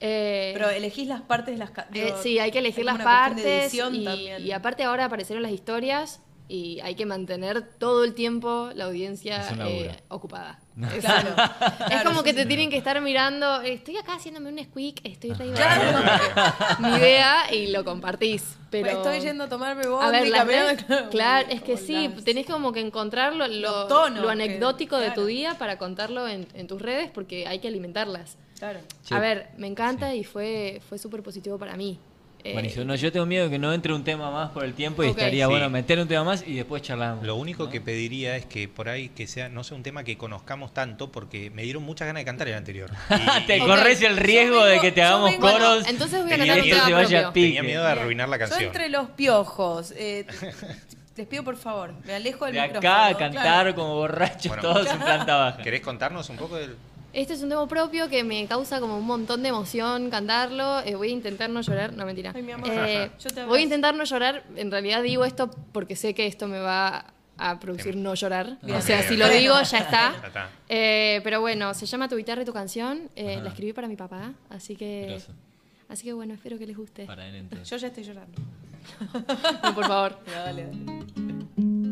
Speaker 3: eh,
Speaker 1: Pero elegís las partes, las ca-
Speaker 3: eh,
Speaker 1: digo,
Speaker 3: sí, hay que elegir
Speaker 1: es
Speaker 3: las
Speaker 1: una cuestión
Speaker 3: partes.
Speaker 1: De edición
Speaker 3: y,
Speaker 1: también.
Speaker 3: y aparte ahora aparecieron las historias y hay que mantener todo el tiempo la audiencia
Speaker 4: Es un
Speaker 3: eh,
Speaker 4: laburo.
Speaker 3: ocupada.
Speaker 1: Claro.
Speaker 3: es
Speaker 1: Claro,
Speaker 3: como que
Speaker 1: sí,
Speaker 3: te
Speaker 1: sí.
Speaker 3: tienen que estar mirando, estoy acá haciéndome un squeak, estoy re
Speaker 1: Claro.
Speaker 3: mi idea y lo compartís. Pero
Speaker 1: Pues Estoy yendo a tomarme bondi,
Speaker 3: a ver, las
Speaker 1: caminando-
Speaker 3: redes- claro, es que
Speaker 1: como
Speaker 3: sí,
Speaker 1: las-
Speaker 3: tenés como que encontrar lo, lo,
Speaker 1: Los tonos
Speaker 3: lo
Speaker 1: que-
Speaker 3: anecdótico de
Speaker 1: claro.
Speaker 3: tu día para contarlo en, en tus redes porque hay que alimentarlas.
Speaker 1: Claro.
Speaker 4: Che.
Speaker 3: A ver, me encanta y fue, fue súper positivo para mí. Eh,
Speaker 4: Buenísimo. No, yo tengo miedo de que no entre un tema más por el tiempo y
Speaker 3: Ok.
Speaker 4: estaría
Speaker 2: Sí.
Speaker 4: bueno meter un tema más y después charlamos.
Speaker 2: Lo único que pediría es que por ahí que sea no sea un tema que conozcamos tanto porque me dieron muchas ganas de cantar el anterior. Y-
Speaker 4: Te
Speaker 2: y
Speaker 3: Ok.
Speaker 4: corres el riesgo
Speaker 1: Yo
Speaker 4: de
Speaker 1: vengo-
Speaker 4: que te
Speaker 1: yo
Speaker 4: hagamos
Speaker 1: vengo-
Speaker 4: coros.
Speaker 1: bueno,
Speaker 3: entonces voy a
Speaker 4: y
Speaker 3: cantar un
Speaker 4: esto
Speaker 3: tema
Speaker 4: se vaya
Speaker 3: propio.
Speaker 4: a pique.
Speaker 2: tenía miedo de arruinar la
Speaker 1: Yo
Speaker 2: canción.
Speaker 1: entre los piojos. eh, les pido por favor, me alejo del
Speaker 4: De
Speaker 1: micrófono.
Speaker 4: acá a cantar
Speaker 1: claro.
Speaker 4: como borrachos
Speaker 2: Bueno.
Speaker 4: todos en planta baja.
Speaker 3: Eh,
Speaker 2: ¿Querés contarnos un poco del
Speaker 3: Este es un tema propio que me causa como un montón de emoción cantarlo. Eh, voy a intentar no llorar. No, mentira.
Speaker 1: Ay, mi amor,
Speaker 3: Eh,
Speaker 1: yo te abrazo.
Speaker 3: voy a intentar no llorar. En realidad digo esto porque sé que esto me va a producir no llorar.
Speaker 1: Bien.
Speaker 3: O sea,
Speaker 2: Ok,
Speaker 3: si
Speaker 2: ok.
Speaker 3: lo digo, ya
Speaker 2: Ya
Speaker 3: está.
Speaker 2: está.
Speaker 3: Eh, pero bueno, se llama Tu guitarra y tu canción. Eh, la escribí para mi papá. Así que.
Speaker 4: Groso.
Speaker 3: Así que bueno, espero que les guste.
Speaker 4: Para él entonces.
Speaker 1: Yo ya estoy llorando.
Speaker 3: No, por favor.
Speaker 1: Pero dale, dale.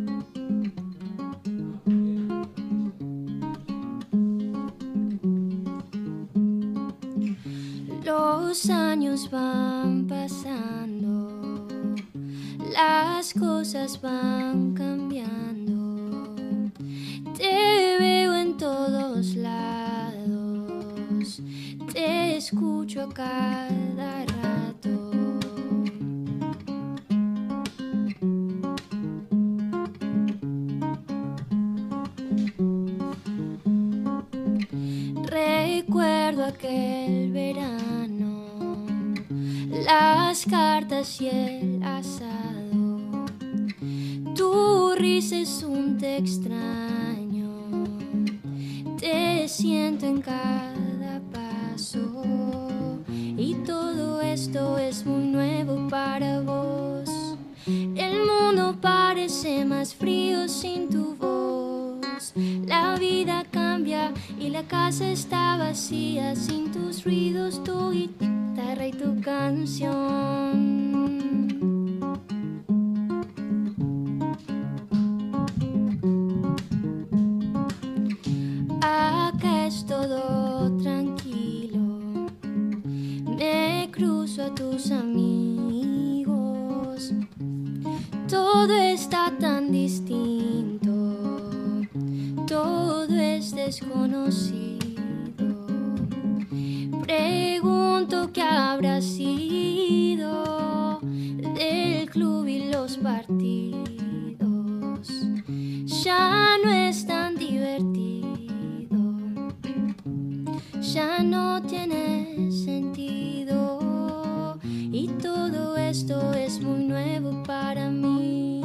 Speaker 5: Los años van pasando, las cosas van cambiando. Te veo en todos lados, te escucho a cada rato. Recuerdo aquel verano, las cartas y el asado. Tu risa es un te extraño, te siento en cada paso. Y todo esto es muy nuevo para vos. El mundo parece más frío sin tu voz. La vida cambia y la casa está vacía sin tus ruidos, tu guitarra y tu canción. Acá es todo tranquilo. Me cruzo a tus amigos. Todo está tan distinto. Todo es desconocido. Pregunto qué habrá sido del club y los partidos. Ya no es tan divertido ya no tiene sentido y todo esto es muy nuevo para mí.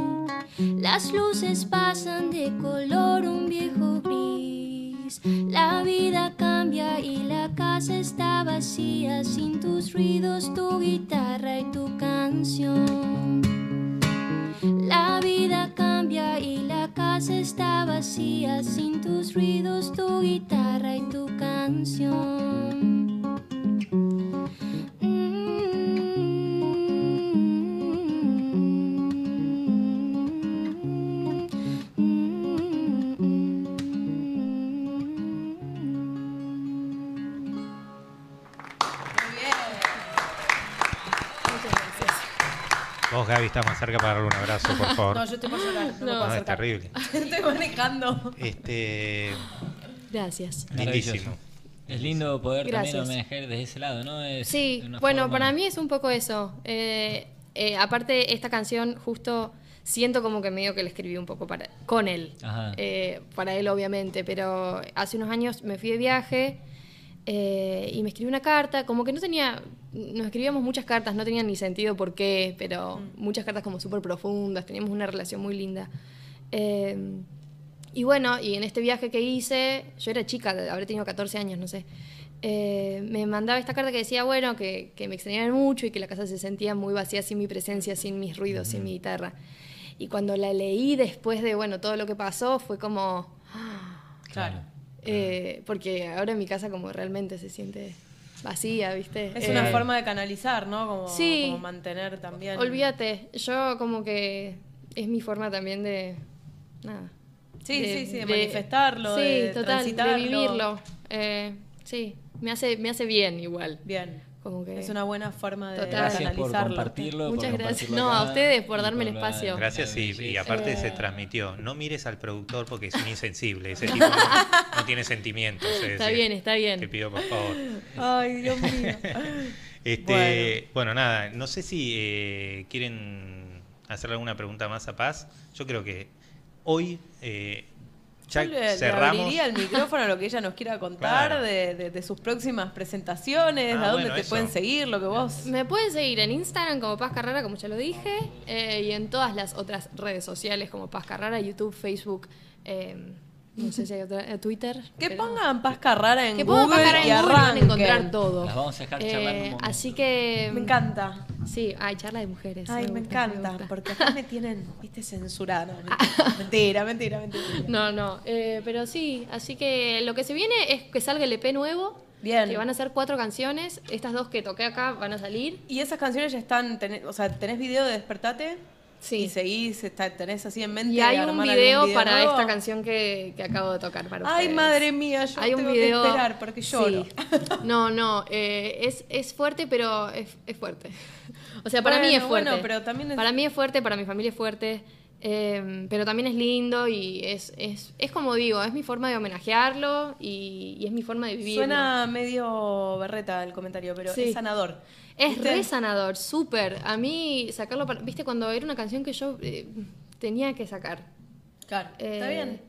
Speaker 5: Las luces pasan de color un viejo gris. La vida cambia y la casa está vacía sin tus ruidos, tu guitarra y tu canción. La vida cambia y la casa está vacía sin tus ruidos, tu guitarra y tu canción.
Speaker 1: Muy bien. Muchas gracias.
Speaker 2: Vos, Gaby, estás más cerca para darle un abrazo, por favor.
Speaker 1: No, yo estoy por llorar. No, me puedo
Speaker 2: No, es
Speaker 1: acercar.
Speaker 2: terrible.
Speaker 1: Estoy manejando.
Speaker 2: Este,
Speaker 3: Gracias.
Speaker 2: lindísimo.
Speaker 4: Es lindo poder
Speaker 3: Gracias.
Speaker 4: también homenajear desde ese lado, ¿no? Es
Speaker 3: Sí,
Speaker 4: una
Speaker 3: bueno,
Speaker 4: forma-
Speaker 3: para mí es un poco eso. Eh, eh, aparte, esta canción justo siento como que medio que la escribí un poco para, con él.
Speaker 4: Ajá.
Speaker 3: Eh, para él, obviamente, pero hace unos años me fui de viaje eh, y me escribí una carta, como que no tenía, nos escribíamos muchas cartas, no tenía ni sentido por qué, pero muchas cartas como súper profundas, teníamos una relación muy linda. Eh, y bueno, y en este viaje que hice, yo era chica, habré tenido 14 años, no sé. eh, me mandaba esta carta que decía, bueno, que, que me extrañaban mucho y que la casa se sentía muy vacía sin mi presencia, sin mis ruidos, sin mi guitarra. Y cuando la leí después de, bueno, todo lo que pasó, fue como... ah,
Speaker 1: Claro.
Speaker 3: eh, porque ahora en mi casa como realmente se siente vacía, ¿viste?
Speaker 1: Es
Speaker 3: Eh,
Speaker 1: una forma de canalizar, ¿no? Como,
Speaker 3: Sí.
Speaker 1: como mantener también.
Speaker 3: Olvídate, yo como que es mi forma también de... Nada.
Speaker 1: Sí, sí, sí, de manifestarlo,
Speaker 3: Sí,
Speaker 1: de
Speaker 3: total, de
Speaker 1: transitarlo.
Speaker 3: vivirlo. Eh, sí, me hace, me hace bien igual.
Speaker 1: Bien.
Speaker 3: Como que...
Speaker 1: Es una buena forma de
Speaker 3: Total.
Speaker 4: Gracias por
Speaker 1: canalizarlo.
Speaker 4: compartirlo. por
Speaker 3: Muchas gracias.
Speaker 4: compartirlo
Speaker 3: No, a
Speaker 4: acá
Speaker 3: ustedes por
Speaker 4: y
Speaker 3: darme el
Speaker 4: por la-
Speaker 3: espacio.
Speaker 2: Gracias y,
Speaker 4: la
Speaker 2: y
Speaker 4: belleza.
Speaker 2: aparte
Speaker 1: Eh.
Speaker 2: se transmitió. No mires al productor porque es un insensible. Ese tipo no, no tiene sentimientos. es
Speaker 3: Está
Speaker 2: decir,
Speaker 3: bien, está bien.
Speaker 2: Te pido por favor.
Speaker 1: Ay, Dios mío.
Speaker 2: Este, bueno. nada, no sé si eh, quieren hacerle alguna pregunta más a Paz. Yo creo que hoy eh, ya
Speaker 1: Yo le, le
Speaker 2: cerramos.
Speaker 1: abriría el micrófono a lo que ella nos quiera contar
Speaker 2: Claro.
Speaker 1: de, de- de sus próximas presentaciones,
Speaker 2: Ah,
Speaker 1: a dónde
Speaker 2: bueno,
Speaker 1: te
Speaker 2: eso.
Speaker 1: pueden seguir, lo que vos.
Speaker 3: Me pueden seguir en Instagram como Paz Carrara, como ya lo dije, eh, y en todas las otras redes sociales como Paz Carrara, YouTube, Facebook, eh, no sé si hay otra, eh, Twitter.
Speaker 1: Que
Speaker 3: pero-
Speaker 1: pongan Paz Carrara en
Speaker 3: que pongan
Speaker 1: Google
Speaker 3: Paz Carrara
Speaker 1: y
Speaker 3: en Google y van a
Speaker 1: arranquen.
Speaker 3: encontrar todo. Eh,
Speaker 4: Las vamos a dejar charlando un momento.
Speaker 3: Así que...
Speaker 1: Me encanta.
Speaker 3: Sí, hay charla de mujeres.
Speaker 1: Ay, me
Speaker 3: gusta,
Speaker 1: encanta,
Speaker 3: gusta.
Speaker 1: porque acá me tienen, viste, censurada. No, mentira, mentira, mentira. mentira.
Speaker 3: No, no, eh, pero sí, así que lo que se viene es que salga el EP nuevo.
Speaker 1: Bien.
Speaker 3: Que van a ser cuatro canciones. Estas dos que toqué acá van a salir.
Speaker 1: Y esas canciones ya están, tenés- o sea, ¿tenés video de Despertate?
Speaker 3: Sí.
Speaker 1: Y seguís, está- tenés así en mente.
Speaker 3: Y hay un
Speaker 1: armar algún
Speaker 3: video, para
Speaker 1: nuevo?
Speaker 3: esta canción que, que acabo de tocar para
Speaker 1: Ay,
Speaker 3: ustedes.
Speaker 1: madre mía, yo
Speaker 3: Hay un
Speaker 1: tengo
Speaker 3: video.
Speaker 1: que esperar porque lloro.
Speaker 3: Sí. No, no, eh, es, es fuerte, pero es, es fuerte. O sea, para mí
Speaker 1: Bueno,
Speaker 3: es fuerte.
Speaker 1: bueno, pero también es-
Speaker 3: Para mí es fuerte, para mi familia es fuerte. eh, pero también es lindo y es, es, es como digo, es mi forma de homenajearlo y, y es mi forma de vivir.
Speaker 1: Suena medio berreta el comentario, pero
Speaker 3: Sí.
Speaker 1: es sanador.
Speaker 3: Es
Speaker 1: ¿Viste?
Speaker 3: re sanador, súper. A mí sacarlo para... Viste, cuando era una canción que yo eh, tenía que sacar.
Speaker 1: Claro, está
Speaker 3: Eh,
Speaker 1: bien.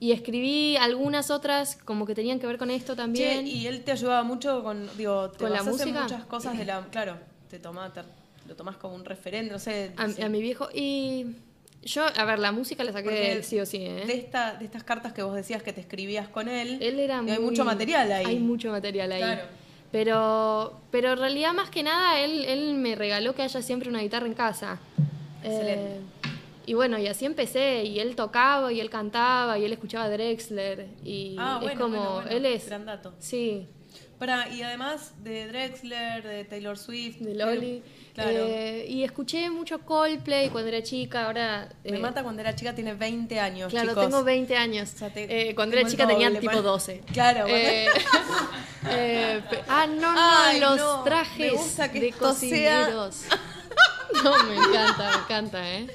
Speaker 3: Y escribí algunas otras como que tenían que ver con esto
Speaker 1: Che,
Speaker 3: también.
Speaker 1: y él te ayudaba mucho con, digo, te
Speaker 3: ¿Con la
Speaker 1: basás en
Speaker 3: música?
Speaker 1: muchas cosas de la, claro, te tomás, te- lo tomás como un referente, no sé.
Speaker 3: a,
Speaker 1: sí.
Speaker 3: a mi viejo. Y yo, a ver, la música la saqué
Speaker 1: Porque
Speaker 3: de él, sí o sí, ¿eh?
Speaker 1: De, esta, de estas cartas que vos decías que te escribías con él,
Speaker 3: Él era
Speaker 1: y hay
Speaker 3: muy-
Speaker 1: mucho material ahí.
Speaker 3: Hay mucho material ahí.
Speaker 1: Claro.
Speaker 3: Pero, pero en realidad, más que nada, él, él me regaló que haya siempre una guitarra en casa.
Speaker 1: Excelente.
Speaker 3: Eh, y bueno, y así empecé. Y él tocaba, y él cantaba, y él escuchaba Drexler. Y
Speaker 1: Ah,
Speaker 3: es
Speaker 1: bueno,
Speaker 3: como.
Speaker 1: bueno, bueno,
Speaker 3: Él es.
Speaker 1: gran dato.
Speaker 3: Sí,
Speaker 1: Pará, y además de Drexler, de Taylor Swift,
Speaker 3: de Loli.
Speaker 1: Claro.
Speaker 3: Eh, y escuché mucho Coldplay cuando era chica. Ahora.
Speaker 1: Me
Speaker 3: eh,
Speaker 1: mata cuando era chica, tiene 20 años.
Speaker 3: Claro,
Speaker 1: chicos.
Speaker 3: tengo 20 años.
Speaker 1: O sea, te-
Speaker 3: Eh, cuando
Speaker 1: tengo
Speaker 3: era
Speaker 1: el
Speaker 3: chica tenía
Speaker 1: doble, pues.
Speaker 3: tipo
Speaker 1: pa-
Speaker 3: 12.
Speaker 1: Claro, bueno.
Speaker 3: Eh, eh, pe- ah, no, no,
Speaker 1: Ay,
Speaker 3: los
Speaker 1: no,
Speaker 3: trajes
Speaker 1: me gusta que
Speaker 3: de
Speaker 1: esto sea-
Speaker 3: cocineros. No, me encanta, me encanta, ¿eh?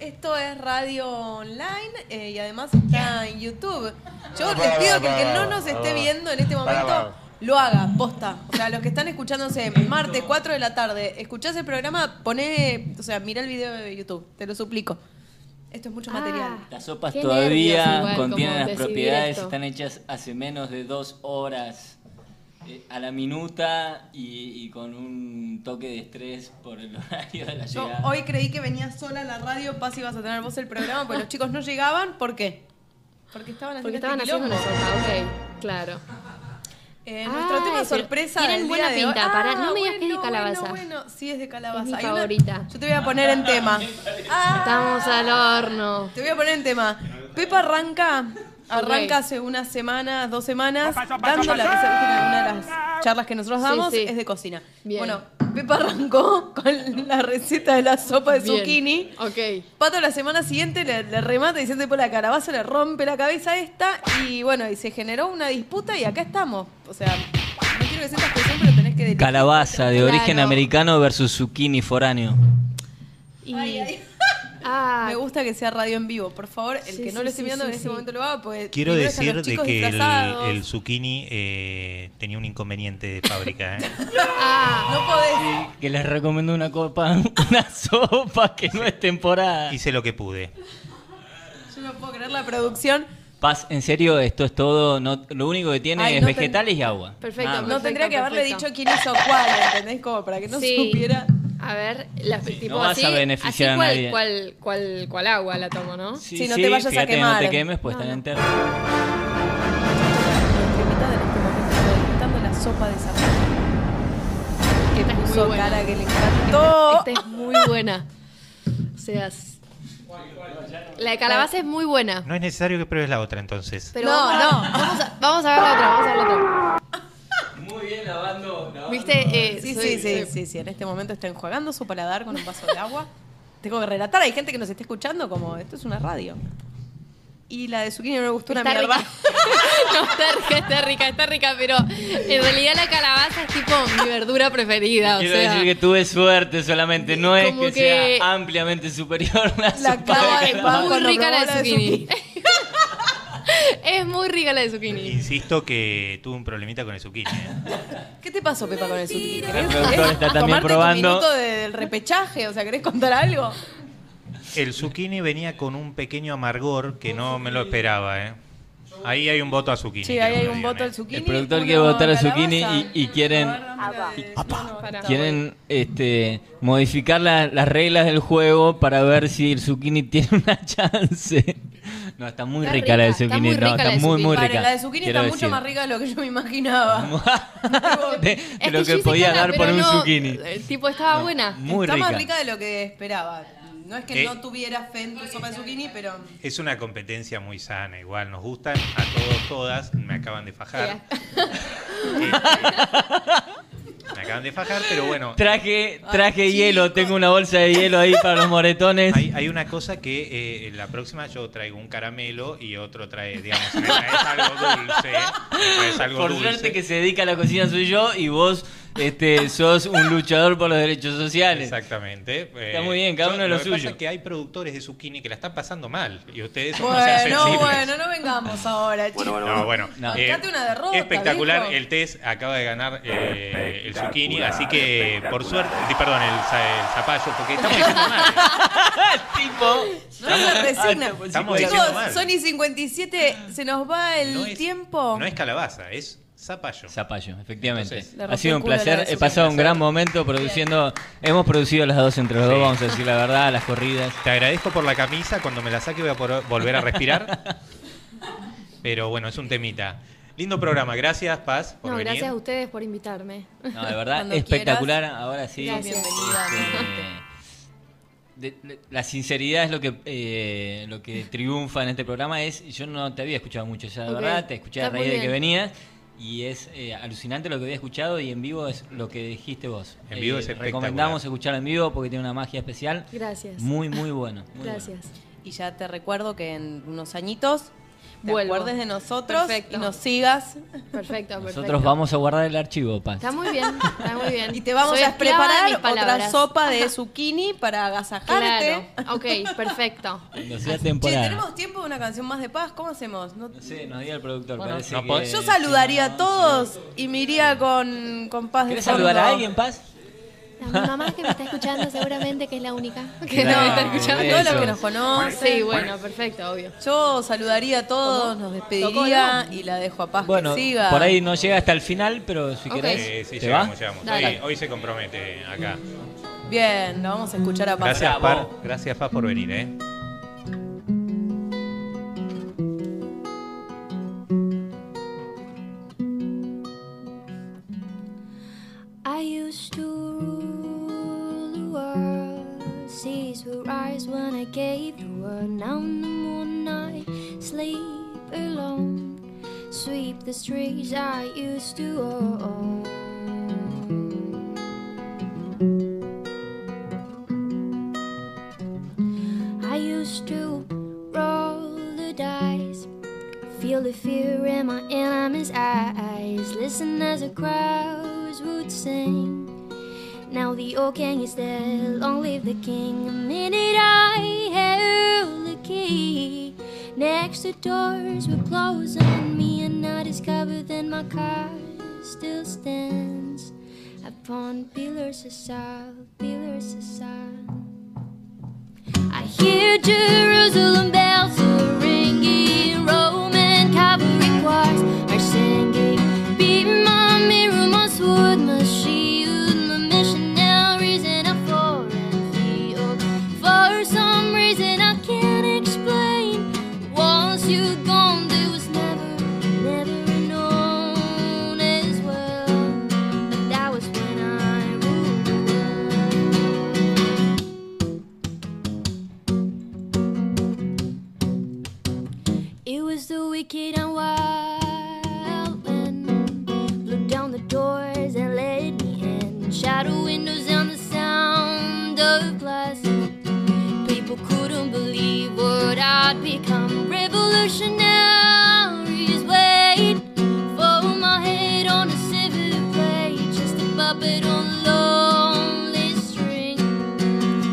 Speaker 1: Esto es radio online eh, y además está en YouTube. Yo les pido que el que no nos esté viendo en este momento lo haga, posta. O sea, los que están escuchándose el martes 4 de la tarde, escuchás el programa, poné, o sea, mirá el video de YouTube, te lo suplico. Esto es
Speaker 3: Ah.
Speaker 1: mucho material.
Speaker 4: Las sopas
Speaker 3: Qué nervios
Speaker 4: todavía
Speaker 3: igual,
Speaker 4: contienen
Speaker 3: como
Speaker 4: las
Speaker 3: decidir
Speaker 4: propiedades,
Speaker 3: esto.
Speaker 4: están hechas hace menos de dos horas eh, a la minuta y, y con un toque de estrés por el horario de la
Speaker 1: Yo
Speaker 4: llegada.
Speaker 1: hoy creí que venías sola a la radio, Paz ibas a tener vos el programa, porque los chicos no llegaban, ¿por qué? Porque estaban haciendo
Speaker 3: Porque
Speaker 1: este
Speaker 3: estaban haciendo una
Speaker 1: quilombo.
Speaker 3: sopa, ok. Claro.
Speaker 1: Eh, nuestro
Speaker 3: Ay,
Speaker 1: tema
Speaker 3: pero
Speaker 1: sorpresa
Speaker 3: tienen
Speaker 1: del
Speaker 3: buena
Speaker 1: día de hoy- Ah,
Speaker 3: pinta, pará, no me digas
Speaker 1: bueno,
Speaker 3: que es de calabaza.
Speaker 1: Bueno, bueno, sí es de calabaza.
Speaker 3: Es mi
Speaker 1: Hay una-
Speaker 3: favorita.
Speaker 1: yo te voy a poner en tema. Ah,
Speaker 3: Estamos al horno.
Speaker 1: Te voy a poner en tema. Pepa arranca, arranca hace unas semanas, dos semanas, dando la risa, viste que una de las charlas que nosotros
Speaker 3: Sí,
Speaker 1: damos
Speaker 3: sí.
Speaker 1: es de cocina.
Speaker 3: Bien.
Speaker 1: Bueno, Pepa arrancó con la receta de la sopa de
Speaker 3: Bien.
Speaker 1: zucchini.
Speaker 3: Ok.
Speaker 1: Pato la semana siguiente le, le remata diciendo por la calabaza le rompe la cabeza a esta y bueno, y se generó una disputa y acá estamos. O sea, no quiero que sientas presión, pero tenés que... dirigir.
Speaker 4: Calabaza de
Speaker 3: Claro.
Speaker 4: origen americano versus zucchini foráneo.
Speaker 3: Y...
Speaker 1: Ay, ay.
Speaker 3: Ah,
Speaker 1: Me gusta que sea radio en vivo, por favor, el
Speaker 3: Sí,
Speaker 1: que no
Speaker 3: sí,
Speaker 1: lo esté
Speaker 3: sí,
Speaker 1: mirando
Speaker 3: sí,
Speaker 1: en este
Speaker 3: sí.
Speaker 1: momento lo haga, pues...
Speaker 2: Quiero
Speaker 1: primero están
Speaker 2: decir
Speaker 1: los
Speaker 2: de
Speaker 1: chicos
Speaker 2: que el,
Speaker 1: disfrazados.
Speaker 2: el zucchini eh, tenía un inconveniente de fábrica. ¿eh?
Speaker 3: ah,
Speaker 1: No podés.
Speaker 4: Que les recomiendo una copa, una sopa que no es temporada.
Speaker 2: Hice lo que pude.
Speaker 1: Yo no puedo creer la producción.
Speaker 4: Paz, en serio, esto es todo. no- lo único que tiene
Speaker 1: Ay,
Speaker 4: es
Speaker 1: no te-
Speaker 4: vegetales y agua.
Speaker 3: Perfecto,
Speaker 4: Nada más.
Speaker 1: no tendría que haberle
Speaker 3: Ah, perfecto.
Speaker 1: dicho quién hizo cuál, ¿entendés? Como para que no
Speaker 3: sí.
Speaker 1: supiera.
Speaker 3: A ver, la, tipo
Speaker 4: no vas
Speaker 3: así,
Speaker 4: a beneficiar
Speaker 3: así
Speaker 4: a
Speaker 3: cual-
Speaker 4: nadie.
Speaker 3: Cual, cual- cual agua la tomo, ¿no?
Speaker 4: Sí,
Speaker 1: Si no
Speaker 4: sí,
Speaker 1: te vayas a
Speaker 4: fíjate que
Speaker 1: quemar.
Speaker 4: no te quemes, pues
Speaker 3: No,
Speaker 4: están
Speaker 3: no.
Speaker 4: enteros.
Speaker 1: Nuestra invitada en este momento, degustando la sopa de zapallo. Que
Speaker 3: Esta es muy
Speaker 1: puso
Speaker 3: buena. Este
Speaker 1: cara que le encantó.
Speaker 3: Esta es muy buena. O sea, es- la de calabaza es muy buena.
Speaker 2: No es necesario que pruebes la otra entonces.
Speaker 3: Pero
Speaker 1: No,
Speaker 3: vamos a-
Speaker 1: no.
Speaker 3: Vamos a, vamos a ver la otra, vamos a ver la otra.
Speaker 4: Muy bien, lavando.
Speaker 3: ¿Viste? Eh,
Speaker 1: Sí,
Speaker 3: soy-
Speaker 1: sí, sí,
Speaker 3: soy-
Speaker 1: sí, sí. En este momento está enjuagando su paladar con un vaso de agua. Tengo que relatar, hay gente que nos está escuchando como esto es una radio. Y la de zucchini no me gustó una
Speaker 3: Está
Speaker 1: mierda.
Speaker 3: rica. No, está rica, está rica, está rica, pero en realidad la calabaza es tipo mi verdura preferida. Ah, O
Speaker 4: Quiero
Speaker 3: sea,
Speaker 4: decir que tuve suerte solamente, no es
Speaker 3: como
Speaker 4: que,
Speaker 3: que-
Speaker 4: sea ampliamente superior la,
Speaker 1: La
Speaker 4: sopa
Speaker 1: cara de
Speaker 4: calabaza.
Speaker 1: Paz
Speaker 3: muy
Speaker 1: cuando
Speaker 3: rica
Speaker 1: probó
Speaker 3: la de zucchini. es muy rica la de zucchini.
Speaker 2: Insisto que tuve un problemita con el zucchini. ¿eh?
Speaker 1: ¿Qué te pasó, Pepa, con el zucchini? ¿Querés-
Speaker 4: productor
Speaker 1: querés
Speaker 4: está también
Speaker 1: tomarte tu
Speaker 4: probando.
Speaker 1: minuto de- del repechaje? O sea, ¿querés contar algo?
Speaker 2: El zucchini venía con un pequeño amargor que no me lo esperaba. ¿eh? Ahí hay un voto a zucchini.
Speaker 1: Sí,
Speaker 2: quiero
Speaker 1: ahí
Speaker 2: que
Speaker 1: hay
Speaker 2: lo
Speaker 1: un
Speaker 2: digan,
Speaker 1: voto
Speaker 2: ¿eh?
Speaker 1: al zucchini.
Speaker 4: El productor
Speaker 1: uno
Speaker 4: quiere votar a
Speaker 1: calabaza.
Speaker 4: zucchini y, y quieren,
Speaker 3: Pará.
Speaker 4: quieren este, modificar la- las reglas del juego para ver si el zucchini tiene una chance. No, está muy
Speaker 3: Está
Speaker 4: rica, la del
Speaker 3: rica, está
Speaker 4: zucchini.
Speaker 3: muy
Speaker 4: no,
Speaker 3: rica la
Speaker 4: está
Speaker 3: de
Speaker 4: muy, muy
Speaker 1: Vale,
Speaker 4: rica.
Speaker 1: la de zucchini
Speaker 4: quiero
Speaker 1: está mucho
Speaker 4: decir.
Speaker 1: más rica de lo que yo me imaginaba.
Speaker 4: de, de
Speaker 3: Es
Speaker 4: lo
Speaker 3: yo
Speaker 4: que
Speaker 3: hice
Speaker 4: podía
Speaker 3: cara,
Speaker 4: dar por
Speaker 3: pero
Speaker 4: un
Speaker 3: no,
Speaker 4: zucchini.
Speaker 3: eh, Tipo, estaba buena.
Speaker 4: Muy
Speaker 1: está
Speaker 4: rica.
Speaker 1: más rica de lo que esperaba. No es que
Speaker 2: Eh.
Speaker 1: no tuviera fe en tu sopa de zucchini, pero...
Speaker 2: Es una competencia muy sana, igual. Nos gustan a todos, todas. Me acaban de fajar.
Speaker 1: ah.
Speaker 2: Este, me acaban de fajar, pero bueno.
Speaker 4: Traje, traje
Speaker 1: Ay,
Speaker 4: hielo,
Speaker 1: chicos.
Speaker 4: tengo una bolsa de hielo ahí para los moretones.
Speaker 2: Hay, hay una cosa que eh, la próxima yo traigo un caramelo y otro trae, digamos, me traes algo dulce. me traes algo
Speaker 4: por
Speaker 2: dulce.
Speaker 4: suerte que se dedica a la cocina soy yo y vos este, sos un luchador por los derechos sociales.
Speaker 2: Exactamente. Eh,
Speaker 4: Está muy bien, cada uno es lo
Speaker 2: que pasa
Speaker 4: suyo.
Speaker 2: es que hay productores de zucchini que la están pasando mal y ustedes son más
Speaker 1: Bueno,
Speaker 2: sensibles.
Speaker 1: bueno, no vengamos ahora, chicos.
Speaker 2: No, bueno. eh,
Speaker 4: No.
Speaker 1: Bancate una derrota,
Speaker 2: espectacular.
Speaker 1: viejo.
Speaker 2: El test acaba de ganar eh, el zucchini, así que por suerte. di- Perdón, el, za- el zapallo, porque estamos diciendo mal.
Speaker 4: tipo.
Speaker 1: No se resigna.
Speaker 2: Estamos diciendo
Speaker 1: Chicos,
Speaker 2: mal.
Speaker 1: Sony 57, se nos va el
Speaker 2: No es-
Speaker 1: tiempo.
Speaker 2: No es calabaza, es zapallo.
Speaker 4: Zapallo, efectivamente.
Speaker 2: Entonces,
Speaker 1: Le
Speaker 4: ha sido un
Speaker 1: rompí el culo a la
Speaker 4: placer.
Speaker 1: de
Speaker 4: He
Speaker 1: su
Speaker 4: pasado un
Speaker 2: placer.
Speaker 4: gran momento produciendo. Hemos producido las dos entre los
Speaker 2: Sí.
Speaker 4: dos, vamos a decir la verdad, las corridas.
Speaker 2: Te agradezco por la camisa, cuando me la saque voy a por- volver a respirar. Pero bueno, es un temita. Lindo programa, gracias Paz por
Speaker 3: No,
Speaker 2: venir.
Speaker 3: gracias a ustedes por invitarme.
Speaker 4: No, de verdad,
Speaker 1: Cuando
Speaker 4: espectacular. Ahora sí. este,
Speaker 3: Gracias.
Speaker 1: Bienvenida.
Speaker 4: de- de- la sinceridad es lo que eh, lo que triunfa en este programa. Es yo no te había escuchado mucho, ya de
Speaker 3: Ok.
Speaker 4: verdad, te escuché a
Speaker 3: Está muy
Speaker 4: raíz de que
Speaker 3: bien.
Speaker 4: venías. Y es eh, alucinante lo que había escuchado y en vivo es lo que dijiste vos. Eh,
Speaker 2: En vivo es espectacular.
Speaker 4: Recomendamos escuchar en vivo porque tiene una magia especial.
Speaker 3: Gracias.
Speaker 4: Muy, muy bueno. muy
Speaker 3: Gracias.
Speaker 1: Y ya te recuerdo que en unos añitos te
Speaker 3: Vuelvo.
Speaker 1: acuerdes de nosotros
Speaker 3: Perfecto.
Speaker 1: y nos sigas.
Speaker 3: Perfecto,
Speaker 4: bueno.
Speaker 3: perfecto.
Speaker 4: Nosotros vamos a guardar el archivo, Paz.
Speaker 3: Está muy bien, está muy bien.
Speaker 1: Y te vamos
Speaker 3: Soy
Speaker 1: a
Speaker 3: esclava de
Speaker 1: preparar
Speaker 3: mis
Speaker 1: otra
Speaker 3: palabras.
Speaker 1: sopa de zucchini para agasajarte.
Speaker 3: Claro. Ok, perfecto.
Speaker 4: Cuando sea
Speaker 1: Che,
Speaker 4: temporada.
Speaker 1: tenemos tiempo de una canción más de paz. ¿Cómo hacemos? No-
Speaker 4: No sé, nos diga el productor.
Speaker 2: Bueno,
Speaker 4: parece
Speaker 2: no
Speaker 4: que-
Speaker 2: podés-
Speaker 1: Yo saludaría a todos y me iría con, con paz de
Speaker 4: ¿Querés
Speaker 1: fondo.
Speaker 4: saludar a alguien, Paz?
Speaker 5: A mi mamá que me está escuchando seguramente que es la única.
Speaker 3: Que no me está
Speaker 4: Claro,
Speaker 3: escuchando.
Speaker 1: Todos
Speaker 4: Eso.
Speaker 1: los que nos conocen.
Speaker 3: Sí, bueno, perfecto, obvio.
Speaker 1: Yo saludaría a todos, nos despediría y la dejo a paz
Speaker 4: Bueno,
Speaker 1: que siga.
Speaker 4: por ahí no llega hasta el final, pero si
Speaker 3: Ok.
Speaker 2: Eh,
Speaker 4: querés.
Speaker 2: sí,
Speaker 4: ¿te
Speaker 2: llegamos,
Speaker 4: va?
Speaker 2: llegamos.
Speaker 3: Dale.
Speaker 2: Hoy, hoy se compromete acá.
Speaker 1: Bien, la vamos a escuchar a paz.
Speaker 2: Gracias, Paz,
Speaker 4: Bravo.
Speaker 2: gracias Paz por venir, ¿eh?
Speaker 5: is when I gave the word. Now in the morning I sleep alone. Sweep the streets I used to own. I used to roll the dice. Feel the fear in my enemy's eyes. Listen as the crows would sing. Now the old king is dead. Long live the king. A minute I held the key. Next the doors were closed on me, and I discovered that my car still stands upon pillars of salt, pillars of salt. I hear Jerusalem bells are ringing, Roman cavalry choirs are singing. Be my mirror, my sword, my shield, my missionaries in a foreign field. For some reason I can't explain. Once you're gone, there was never, never known as well. But that was when I ruled the world. It was the wicked and wild wind blew down the doors and let me in. Shadow windows and the sound of glass. People couldn't believe what I'd become. Revolutionaries wait for my head on a silver plate, just a puppet on a lonely string.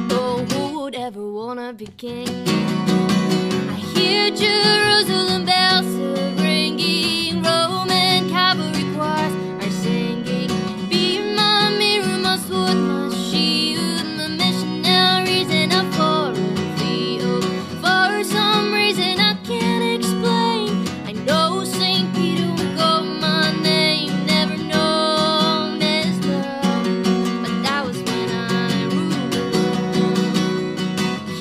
Speaker 5: Though who would ever wanna be king? I hear Jerusalem bells are ringing, Roman cavalry choirs are singing. Be my mirror, my sword, my shield, my missionaries in a foreign field. For some reason I can't explain, I know Saint Peter will go my name, never known as well. But that was when I ruled the world.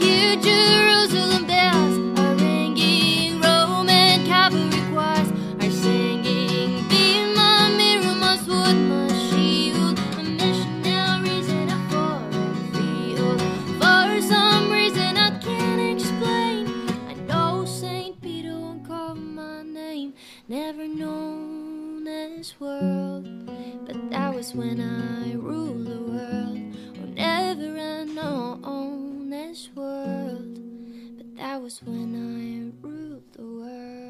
Speaker 5: Here Jerusalem bells are ringing, Roman cavalry choirs are singing. Be my mirror, my sword, my shield, the missionaries in a foreign field. For some reason I can't explain, I know Saint Peter won't call my name, never known as world. But that was when I ruled the world, or never unknown this world. But that was when I ruled the world.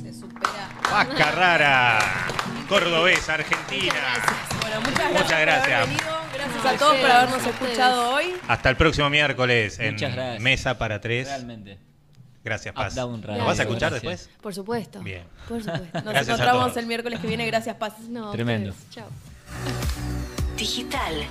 Speaker 1: Se supera.
Speaker 2: Vaca rara. Cordobés, Argentina.
Speaker 1: Bueno, muchas gracias.
Speaker 2: Muchas
Speaker 1: por haber
Speaker 2: gracias.
Speaker 1: venido. Gracias
Speaker 3: No,
Speaker 1: a todos por
Speaker 3: ustedes,
Speaker 1: habernos
Speaker 3: ustedes.
Speaker 1: escuchado hoy.
Speaker 2: Hasta el próximo miércoles en
Speaker 4: Muchas gracias.
Speaker 2: Mesa para Tres.
Speaker 4: Realmente.
Speaker 2: Gracias,
Speaker 4: Up
Speaker 2: Paz.
Speaker 4: Down Radio,
Speaker 2: ¿Nos vas a escuchar
Speaker 4: gracias.
Speaker 2: después?
Speaker 3: Por supuesto.
Speaker 2: Bien.
Speaker 3: Por supuesto.
Speaker 1: Nos
Speaker 2: Gracias a
Speaker 1: encontramos
Speaker 2: todos.
Speaker 3: pues,
Speaker 1: el miércoles que viene. Gracias, Paz.
Speaker 3: No,
Speaker 4: Tremendo.
Speaker 3: ustedes. Chao.
Speaker 6: Digital